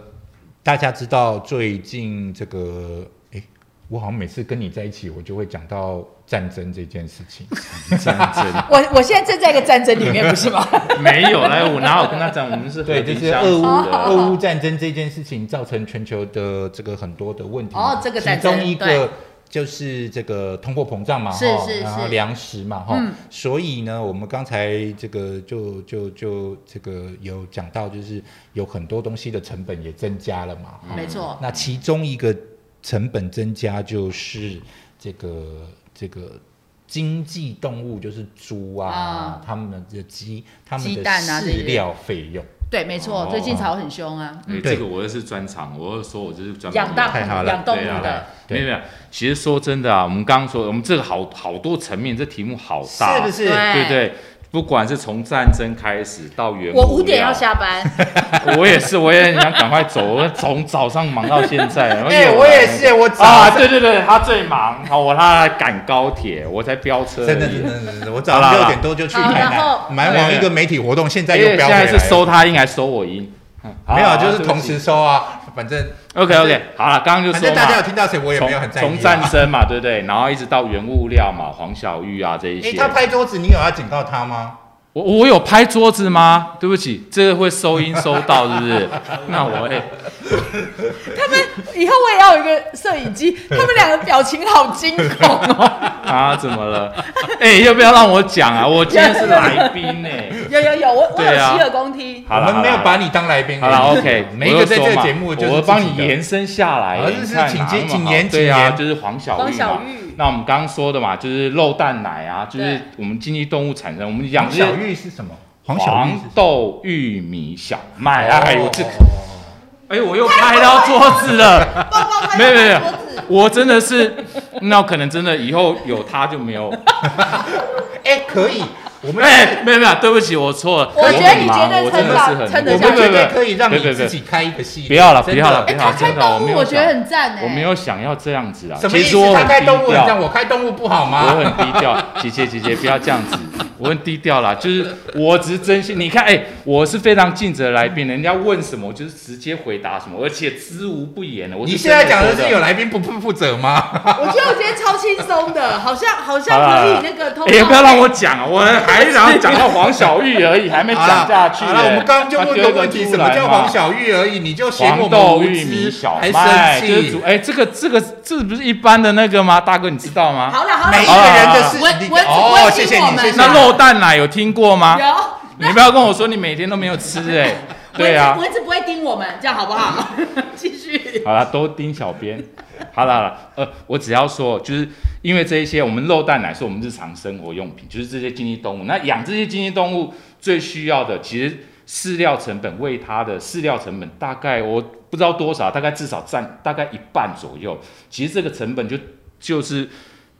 A: 大家知道最近这个诶，我好像每次跟你在一起，我就会讲到战争这件事情。
C: 战争
D: 我我现在正在一个战争里面，不是 吗？
C: 没有来，我哪有跟他讲？我们是和
A: 对，就
C: 平
A: 是
C: 相
A: 俄
C: 处
A: 乌
C: 的。
A: 俄乌战争这件事情造成全球的这个很多的问题。
B: 哦这个
A: 其
B: 战争
A: 中一
B: 对
A: 个就是这个通货膨胀嘛，
B: 是
A: 哈
B: 是
A: 然后
B: 是
A: 粮食嘛，哈、
B: 嗯
A: 所以呢，我们刚才这个就就就这个有讲到，就是有很多东西的成本也增加了嘛，哈
B: 没错，
A: 那其中一个成本增加就是这个这个经济动物，就是猪啊
B: 啊，
A: 它们的鸡，它们
B: 鸡
A: 的
B: 蛋啊这些
A: 饲料费用。
B: 对，没错，
C: 哦
B: 最近吵很凶啊，
C: 哎，
A: 对
C: 这个我也是专长，我是说我就是专门
D: 养大
A: 太好了
D: 养动物
C: 对啊
D: 的，
C: 没
A: 对
C: 有没有，其实说真的啊，我们刚刚说，我们这个好好多层面，这题目好大，
A: 是不哎是？
C: 对不对？不管是从战争开始到原
D: 我
C: 物
D: 五点
C: 料
D: 要，下 班，
C: 我也是，我也很想赶快走，我从早上忙到 现在。
A: 哎、我也是，我早
C: 啊，
A: 上
C: 对对对，他最忙，好，我他还赶高铁，我才飙车而已，
A: 真的真的真的，我早
C: 好
A: 上
C: 啦
A: 六
C: 好啦
A: 点多就去
B: 好
A: 台
B: 然后
A: 南，买完一个媒体活动，现在
C: 因
A: 又
C: 为
A: 飙
C: 现
A: 回来
C: 在
A: 了。
C: 是收啊他音还是收我音？
A: 没有，就是同时收啊，反正
C: OK OK，好了，刚刚就
A: 反
C: 说
A: 正
C: 嘛
A: 大家有听到谁，我也没有很
C: 从
A: 在意啊。
C: 从战争嘛，对不对？然后一直到原物料嘛，黄小玉啊这一
A: 哎、
C: 些。
A: 他拍桌子，你有要警告他吗？
C: 我我有拍桌子吗？对不起，这个会收音收到，是不 是？那我哎、
D: 以后我也要有一个摄影 机。他们两个表情好惊恐哦，
C: 啊怎么了？哎、要不要让我讲啊？我今天是来宾呢、
D: 有有有，我我有
C: 对啊
D: 洗耳恭听。
C: 好
A: 我
C: 了，
A: 们没有
C: 好了
A: 把你当来宾。
C: 好了，OK，
A: 每一个在这
C: 我就说
A: 个
C: 嘛
A: 节目就是
C: 我帮你
A: 自己的
C: 延伸下来，
A: 好
C: 你
A: 是是
C: 看
A: 请
C: 哪
A: 接
C: 那么
A: 请
C: 好
A: 言
C: 对
A: 请
C: 啊，
A: 言
C: 就是黄小玉嘛。
B: 黄小玉
C: 那我们刚刚说的嘛，就是肉蛋奶啊，就
B: 对
C: 是我们经济动物产生，我们养
A: 黄
C: 这
A: 小
C: 些
A: 玉是什么？黄小玉
C: 黄
A: 是什么
C: 豆、玉米、小麦啊，哎呦这，
A: 哦
C: 哎我又拍到桌子了，
D: 抱抱啊拍
C: 没有没有没有
D: 拍桌子
C: 我真的是，那可能真的以后有它就没有，
A: 哎、可以，我们
C: 哎、没有没有，对不起，我错了，
D: 我觉得
C: 很
D: 你
C: 忙
D: 绝对
C: 我真
D: 撑
C: 的
D: 到
C: 是很
D: 撑得
C: 我
A: 我
D: 下
C: 不
A: 们
D: 去
C: 不
A: 绝
C: 不
A: 对可以让你
C: 不不不
A: 自己开一个系列。
C: 不要了不
A: 真的
C: 要了不
D: 哎，
C: 要
D: 他
C: 了，
D: 开
C: 真的我
D: 动
C: 没
D: 物，
C: 有
D: 我觉得
C: 想
D: 很赞哎。
C: 我没有想要这样子啊，
A: 什么
C: 其
A: 意
C: 实
A: 思？
C: 我
A: 他
C: 很
A: 开动物
C: 低
A: 很
C: 调
A: 像，我开动物不好
C: 我
A: 吗？
C: 很低调。姐姐姐姐不要这样子，我很低调啦，就是我只是真心。你看，哎、我是非常尽责的来宾，人家问什么我就是直接回答什么，而且知无不言的。我是
A: 你现在
C: 真
A: 讲
C: 的
A: 的
C: 说
A: 是有来宾不负负责 吗？
D: 我觉得我今天超轻松的，好像好像
C: 好啦
D: 可以
C: 好啦
D: 那个通
C: 哎、不要
D: 报。
C: 让我讲啊！我还想讲到黄小玉而已，还没讲下去、
A: 啊好了，好啦我们刚刚就
C: 他
A: 问
C: 丢
A: 个
C: 得
A: 问题，
C: 出
A: 什么
C: 来
A: 叫
C: 嘛
A: 黄小玉而已，你就嫌我
C: 黄
A: 们
C: 豆、
A: 无
C: 玉米、
A: 知，
C: 小
A: 还
C: 麦，
A: 生
C: 就是煮
A: 气。
C: 哎、这个这个这不是一般的那个吗？大哥，你知道吗？
D: 哎好了好
A: 每
D: 了
A: 一
D: 好
A: 个
D: 了，
A: 人的事，
D: 文
A: 你
D: 文
A: 哦，
D: 文
A: 谢
D: 请
A: 谢
D: 我
A: 你，
D: 们
A: 谢谢
C: 那
A: 你。
C: 肉蛋奶有听过吗？
D: 有
C: 你不要跟我说你每天都没有吃哎、 对啊，
D: 蚊子蚊子不会叮我们，这样好不好？ 继续。
C: 好啦，都盯小编。好啦好啦，呃，我只要说，就是因为这一些，我们肉蛋奶是我们日常生活用品，就是这些经济动物。那养这些经济动物最需要的，其实饲料成本，喂它的饲料成本大概我不知道多少，大概至少占大概一半左右。其实这个成本就就是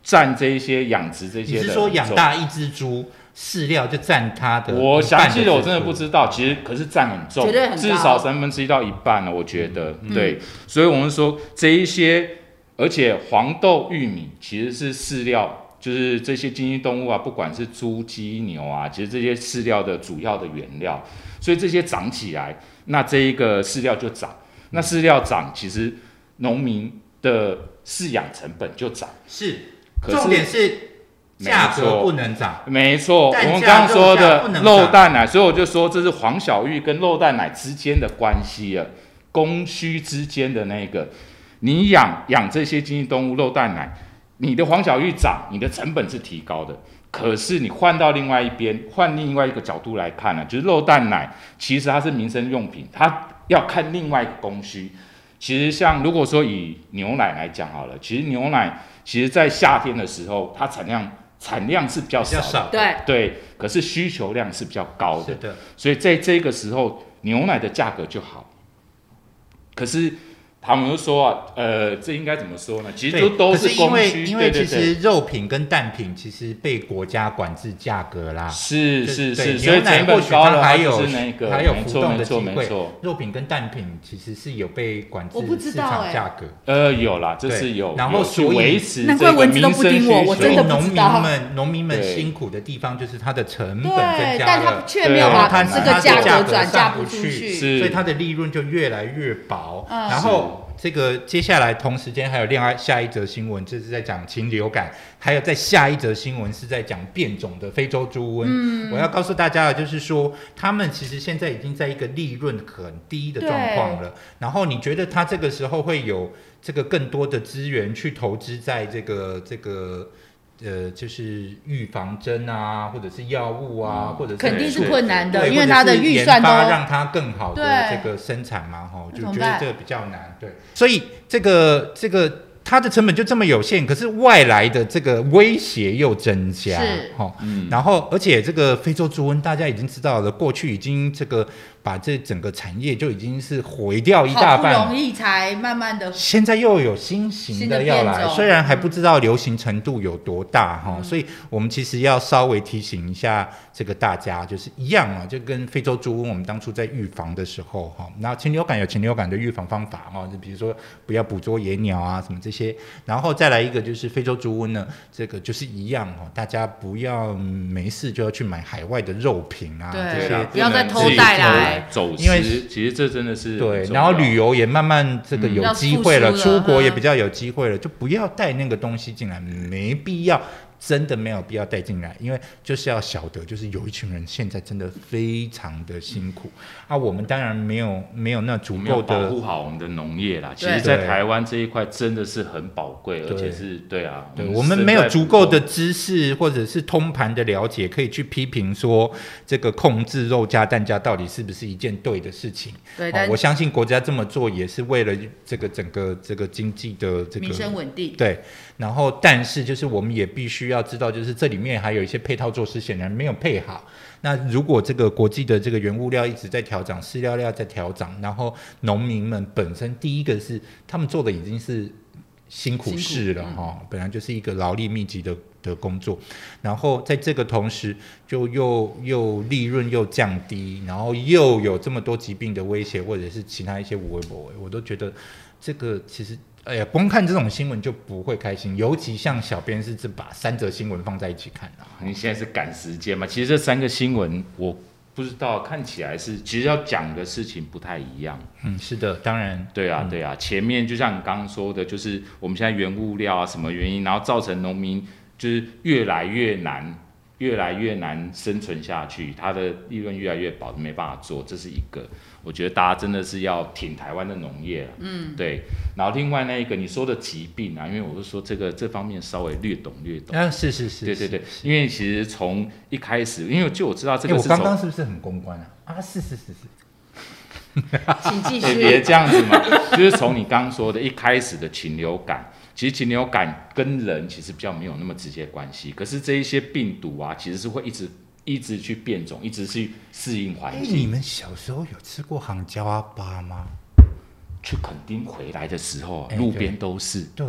C: 占这一些养殖这
A: 你
C: 些的。
A: 是说养大一只猪，饲料就占它的？
C: 我详细的我真的不。知道，其实可是占很重，
D: 绝对很哦高
C: 至少三分之一到一半了，我觉得、
A: 嗯
C: 对。所以我们说这一些，而且黄豆、玉米其实是饲料，就是这些经济动物啊，不管是猪、鸡、牛啊，其实这些饲料的主要的原料，所以这些涨起来，那这一个饲料就涨，那饲料涨，其实农民的饲养成本就涨。
A: 是，
C: 可是
A: 重点是价
C: 没
A: 格
C: 错
A: 不能涨。
C: 没错，我
A: 蛋价
C: 们刚刚说
A: 肉价不
C: 的
A: 能
C: 肉蛋奶，所以我就说这是黄小玉跟肉蛋奶之间的关系了，供需之间的那个。你养养这些经济动物肉蛋奶，你的黄小玉涨，你的成本是提高的。可是你换到另外一边，换另外一个角度来看呢、就是肉蛋奶其实它是民生用品，它要看另外一个供需。其实像如果说以牛奶来讲好了，其实牛奶其实在夏天的时候，它产量产量是比较
A: 比较
C: 少的
A: 少，
D: 对，
C: 对，可是需求量是比较高
A: 是
C: 的，
A: 的，
C: 所以在这个时候，牛奶的价格就好。可是他们就说啊，呃，这应该怎么说呢？其实
A: 对
C: 都都
A: 可是因
C: 供
A: 为
C: 需，
A: 因为
C: 对
A: 其
C: 对对
A: 实肉品跟蛋品其实被国家管制价格啦，
C: 是
A: 啊就是对
C: 是，所以
A: 牛奶
C: 成
A: 或
C: 本
A: 许
C: 高
A: 它
C: 了，
A: 还
C: 它
A: 有
C: 就是那个
A: 还有
C: 没
A: 浮
C: 错
A: 动
C: 没
A: 的机
C: 错没
A: 会
C: 错，。
A: 肉品跟蛋品其实是有被管制
D: 我不知
A: 市
D: 道
A: 场
D: 欸
A: 价格。
C: 呃，有啦，这
A: 对
C: 是有，
A: 然后
C: 有去
A: 所以
C: 维持
D: 难
C: 这
D: 怪
C: 个
D: 蚊子都
C: 民
D: 不
C: 生
D: 叮
C: 需
D: 我我
C: 求
D: 真的不
A: 农
D: 知
A: 民
D: 道
A: 们农民们
C: 对
A: 辛苦的地方就是它的成本增
D: 对，
A: 加
D: 但他
A: 了，
D: 却没有把
A: 它
D: 这
A: 它
D: 个
A: 的
D: 价
A: 价
D: 格
A: 格
D: 转
A: 上
D: 嫁
A: 不
D: 不出
A: 去
D: 去。
C: 是
A: 所以它的利润就越来越薄。
D: 嗯
A: 然后这个接下来同时间还有另外下一则新闻，这是在讲禽流感，还有在下一则新闻是在讲变种的非洲猪瘟。我要告诉大家的就是说，他们其实现在已经在一个利润很低的状况了。然后你觉得他这个时候会有这个更多的资源去投资在这个这个？呃，就是预防针啊，或者是药物啊，
C: 嗯
A: 或者是
B: 肯定是
A: 对
B: 困难的，
A: 对
B: 因为它的
A: 或者是
B: 预
A: 研
B: 算都
A: 发让它更好的
B: 对
A: 这个生产嘛，吼，
B: 那
A: 就
B: 怎么
A: 觉得
B: 办
A: 这个比较难，对，所以这个这个它的成本就这么有限，可是外来的这个威胁又增加，
B: 是
A: 吼。
C: 嗯，
A: 然后，而且这个非洲猪瘟大家已经知道了，过去已经这个把这整个产业就已经是毁掉一大
B: 好不
A: 半，
B: 容易才慢 慢的
A: 现在又有新型的要
B: 新的
A: 来，
B: 变种嗯
A: 虽然还不知道流行程度有多大哈、所以我们其实要稍微提醒一下这个大家，就是一样啊，就跟非洲猪瘟我们当初在预防的时候哈，然后禽流感有禽流感的预防方法哈，就比如说不要捕捉野鸟啊什么这些，然后再来一个就是非洲猪瘟呢，这个就是一样哈，大家不要嗯没事就要去买海外的肉品啊
B: 对
A: 这些
C: 对啦
B: 不要再
C: 能
B: 偷
C: 自己
B: 带
C: 偷
B: 来
C: 走私，
A: 因为
C: 其实这真的是
A: 对，
C: 很
A: 然后
C: 重要
A: 旅游也慢慢这个
C: 嗯
A: 有
B: 要
A: 机
B: 复
A: 会
B: 苏
A: 了，
B: 了嗯
A: 出国也
B: 哈
A: 比较有机会了，就不要带那个东西进来，没必要，真的没有必要带进来，因为就是要晓得，就是有一群人现在真的非常的辛苦啊，我们当然没有没有那
C: 我
A: 足
C: 们要
A: 够
C: 保
A: 的
C: 护好我们的农业啦。其
B: 对
C: 实，在
A: 对
C: 台湾这一块真的是很宝贵，而
A: 对
C: 且是对啊，
A: 对，我们没有
C: 身在
A: 足够
C: 福中
A: 的知识或者是通盘的了解，可以去批评说这个控制肉价、蛋价到底是不是一件对的事情。
B: 对，
A: 哦
B: 但
A: 我相信国家这么做也是为了这个整个这个经济的这个
B: 民生 稳定，
A: 对，然后但是就是我们也必须要知道，就是这里面还有一些配套措施显然没有配好。那如果这个国际的这个原物料一直在调涨，饲料料在调涨，然后农民们本身第一个是他们做的已经是辛苦事了
B: 辛
C: 嗯
B: 苦
A: 哈、本来就是一个劳力密集的的工作，然后在这个同时就又又利润又降低，然后又有这么多疾病的威胁，或者是其他一些无微不微，我都觉得这个其实。哎呀，光看这种新闻就不会开心，尤其像小编是这把三则新闻放在一起看的、啊。
C: 你现在是赶时间嘛？其实这三个新闻我不知道，看起来是其实要讲的事情不太一样。
A: 嗯，是的，当然，
C: 对啊，对啊，前面就像你刚刚说的，就是我们现在原物料啊什么原因，然后造成农民就是越来越难，越来越难生存下去，它的利润越来越薄，没办法做，这是一个。我觉得大家真的是要挺台湾的农业了，嗯，对。然后另外那一个你说的疾病啊，因为我是说这个这方面稍微略懂略懂。
A: 啊，是是是，
C: 对对对
A: 是，
C: 因为其实从一开始，因为就我知道这
A: 哎
C: 个
A: 我
C: 是
A: 刚
C: 从
A: 刚是不是很公关啊？啊，是是是是，
D: 请 继
A: 哎
C: 你哎别。这样子嘛，就是从你刚说的一开始的禽流感，其实禽流感跟人其实比较没有那么直接关系，可是这一些病毒啊，其实是会一直一直去变种，一直去适应
A: 哎、
C: 环
A: 你
C: 境。
A: 们小时候有吃过杭椒阿巴吗？
C: 去垦丁回来的时候啊，
A: 哎
C: 路边都是，
A: 对，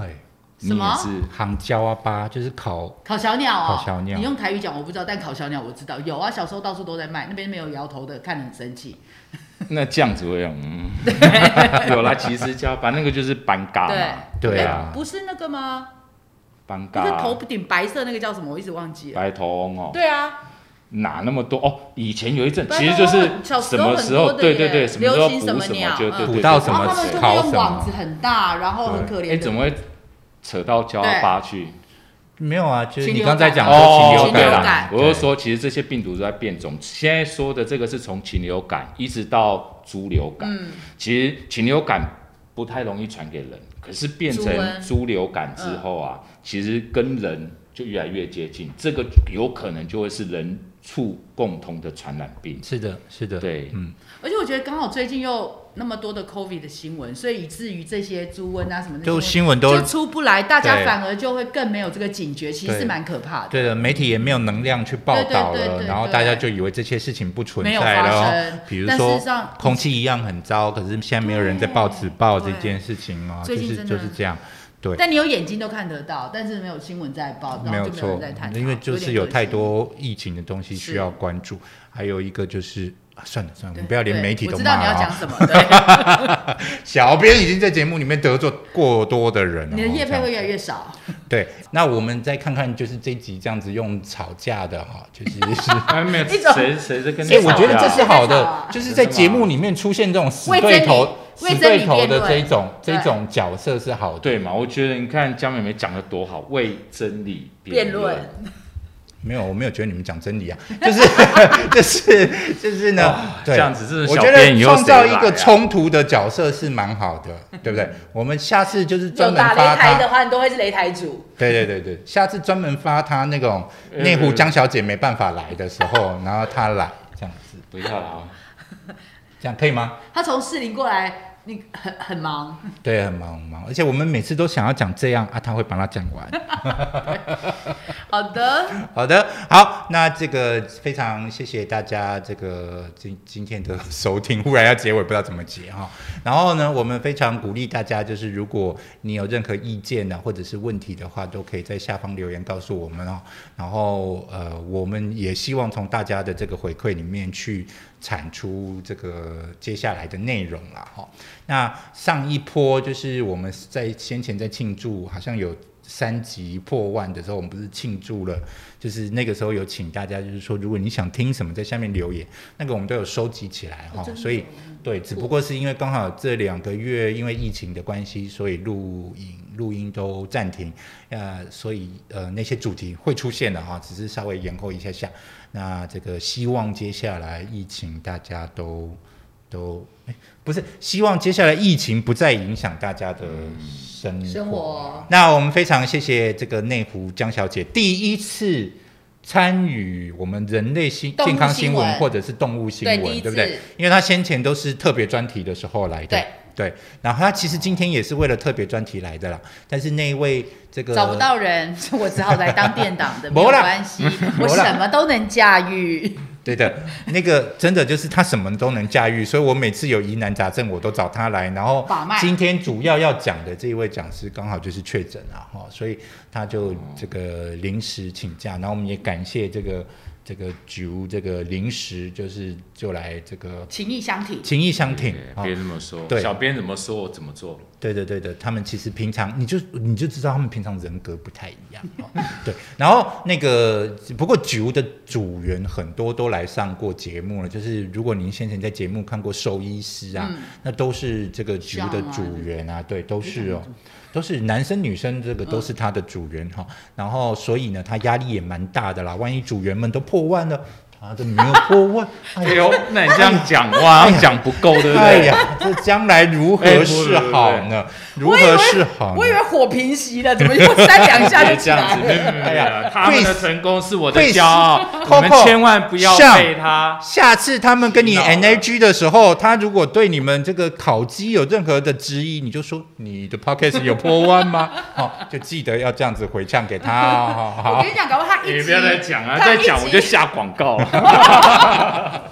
C: 你
B: 什
C: 也
B: 么
C: 是。
A: 杭椒
B: 啊
A: 阿巴就是烤
B: 烤小鸟哦，
A: 烤小鸟
B: 你用台语讲我不知道，但烤小鸟我知道有啊，小时候到处都在卖，那边没有摇头的，看得很生气。
C: 那这样子我想，嗯， 有啦，其实叫把那个就是斑嘎嘛，
A: 对啊
B: 哎不是那个吗？
C: 斑
B: 不是
C: 嘎，
B: 头顶白色那个叫什么？我一直忘记了。
C: 白头翁哦，
B: 对啊，
C: 哪那么多哦？以前有一阵，
B: 白头
C: 其实就是
B: 翁哦小时
C: 什
B: 候
C: 么
B: 很
C: 时
B: 多
C: 候，
B: 的
C: 对
B: 耶
C: 对对，什么时
B: 流
C: 候
B: 行
C: 补
B: 什么
C: 什
B: 鸟
C: 么就
B: 嗯
C: 对对
A: 捕
C: 对
A: 到
C: 对
A: 什么
B: 然后他们就会
A: 烤
B: 用
A: 什
B: 网子
A: 么？
B: 很大，然后很可
C: 哎、
B: 怜的
C: 怎么会扯到焦阿巴去？
A: 没有啊，就是
B: 禽
A: 你
B: 流
A: 刚才
B: 感
A: 讲
B: 哦
A: 说禽
B: 禽流
A: 流
B: 感
A: 感，
C: 我就说其实这些病毒都在变种。现在说的这个是从禽流感一直到猪流感，
B: 嗯，
C: 其实禽流感不太容易传给人，可是变
B: 猪
C: 成
B: 瘟
C: 猪流感之后啊，其实跟人就越来越接近，这个有可能就会是人畜共同的传染病
A: 对。是的，是的，
C: 对
A: 嗯，
B: 而且我觉得刚好最近又那么多的 COVID 的新闻，所以以至于这些猪瘟啊什么的，
A: 就新闻都
B: 就出不来，大家
A: 对
B: 反而就会更没有这个警觉，其实是
A: 对
B: 蛮可怕的。
A: 对的，媒体也没有能量去报道
B: 对对对
A: 了，
B: 对
A: 然后
B: 对
A: 大家就以为这些事情不存
B: 没有
A: 在
B: 发
A: 了
B: 生
A: 哦。比如
B: 但
A: 说
B: 事实上，
A: 空气一样很糟，可是现在没有人在报纸报这件事情哦，就
B: 对最近
A: 是
B: 真的
A: 就是这样。对，
B: 但你有眼睛都看得到，但是没有新闻在报道，
A: 没有
B: 就没有人
A: 错
B: 在探，讨，
A: 因为就是
B: 有
A: 有
B: 点可惜
A: 太多疫情的东西需
B: 是
A: 要关注。还有一个就是，啊、算了算了，我
B: 对
A: 们不要连
B: 对
A: 媒体都
B: 我知道
A: 骂
B: 你要
A: 了、
B: 讲
A: 哦。
B: 什么， 对，
A: 小编已经在节目里面得罪过多的人了、哦，
B: 你的业
A: 这
B: 配
A: 样
B: 会越来越少。
A: 对。那我们再看看，就是这一集这样子用吵架的哈、就是是。
C: 还哎没有
D: 一种
C: 谁谁在跟你
A: 哎、
C: 吵
A: 我
C: 架？
A: 觉得这是好
B: 真的
A: 的
B: 啊，
A: 就是在节目里面出现这种死
B: 为真
A: 对
B: 理
A: 头、
B: 为
A: 死
B: 真理
A: 对头的
B: 辩论
A: 这一种
B: 对
A: 这种角色是好的，
C: 对嘛？我觉得你看江美美讲的多好，为真理
D: 辩
C: 论
D: 论。
A: 没有，我没有觉得你们讲真理啊， 就是就是就是呢
C: 哇，
A: 对
C: 这样子真的
A: 我
C: 小
A: 觉得
C: 编以后
A: 创造
C: 谁
A: 一
C: 来
A: 个
C: 啊
A: 冲突的角色是蛮好的，对不对？我们下次就是专
D: 有
A: 门
D: 打
A: 发
D: 擂台
A: 他
D: 的，话，你都会是擂台主。
A: 对对对对，下次专门发他那种内湖江小姐没办法来的时候，然后他来这样子，
C: 不要啦，
A: 这样可以 吗？
D: 他从士林过来，你很很忙，
A: 对，很忙很忙，而且我们每次都想要讲这样啊，他会把它讲完。
D: 好的，
A: 好的，好，那这个非常谢谢大家这个今今天的收听，忽然要结尾不知道怎么结哈、然后呢，我们非常鼓励大家，就是如果你有任何意见呢、或者是问题的话，都可以在下方留言告诉我们哦。然后呃，我们也希望从大家的这个回馈里面去产出这个接下来的内容啦哈、那上一波就是我们在先前在庆祝，好像有。三级破万的时候，我们不是庆祝了就是那个时候有请大家，就是说如果你想听什么，在下面留言，那个我们都有收集起来
B: 哦
A: 哈、哦所以
B: 嗯
A: 对，只不过是因为刚好这两个月因为疫情的关系，所以录影录音都暂停，呃，所以呃那些主题会出现的哈、只是稍微延后一下下。那这个希望接下来疫情大家都都。哎不是，希望接下来疫情不再影响大家的生活。
D: 生活
A: 那我们非常谢谢这个内湖江小姐第一次参与我们人类新
D: 动物
A: 健康新
D: 新
A: 闻
D: 闻
A: 或者是动物新
D: 对第
A: 闻，
D: 一
A: 对不对
D: 次？
A: 因为她先前都是特别专题的时候来的。
D: 对
A: 对然后她其实今天也是为了特别专题来的啦，但是那一位这个
B: 找不到人，所以我只好来当店长 的，没
A: 没
B: 有
A: 啦
B: 关系，我
A: 没啦
B: 什么都能驾驭。
A: 对的，那个真的就是他什么都能驾驭，所以我每次有疑难杂症，我都找他来。然后
B: 把脉
A: 今天主要要讲的这一位讲师刚好就是确诊啊，哈，所以他就这个临时请假。然后我们也感谢这个这个局这个临时就是就来这个
B: 情意相挺，
A: 情意相挺啊。
C: 别这么说，
A: 对
C: 小编怎么说我怎么做。
A: 对的，对的，他们其实平常你就你就知道他们平常人格不太一样、哦、 对，然后那个不过酒的组员很多都来上过节目了，就是如果您先前在节目看过兽医师啊，那都是这个酒的组员啊，对，都是哦。都是男生女生，这个都是他的组员哈、然后所以呢，他压力也蛮大的啦。万一组员们都破万了，他都没有破万，哎
C: 哎
A: 呀，
C: 呦，那你这样讲哇，讲不够，对不
A: 哎
C: 对？
A: 呀，这将来如
C: 哎
A: 何
C: 不
A: 是
C: 对不对
A: 好呢？如
D: 我以为
A: 何是好呢？
D: 我以为火平息了，怎么又三两下就
C: 别
D: 起
C: 这样
D: 来 了？
C: 子，没有没有没
A: 哎呀
C: 有，他们的
A: Chris，
C: 成功是我的
A: Chris，
C: 骄傲，
A: Coco，
C: 你们千万不要
A: 像
C: 被他。
A: 下次他们跟你
C: 啊洗脑了
A: NAG 的时候，他如果对你们这个烤鸡有任何的质疑，你就说你的 Podcast 有破万吗？哦，就记得要这样子回呛给他哦。好
D: 我
A: 好
C: 哎
D: 跟你讲，搞不好他一
C: 你
D: 集，
C: 不要再讲啊，
D: 他
C: 再
D: 一
C: 讲
D: 集
C: 我就下广告了。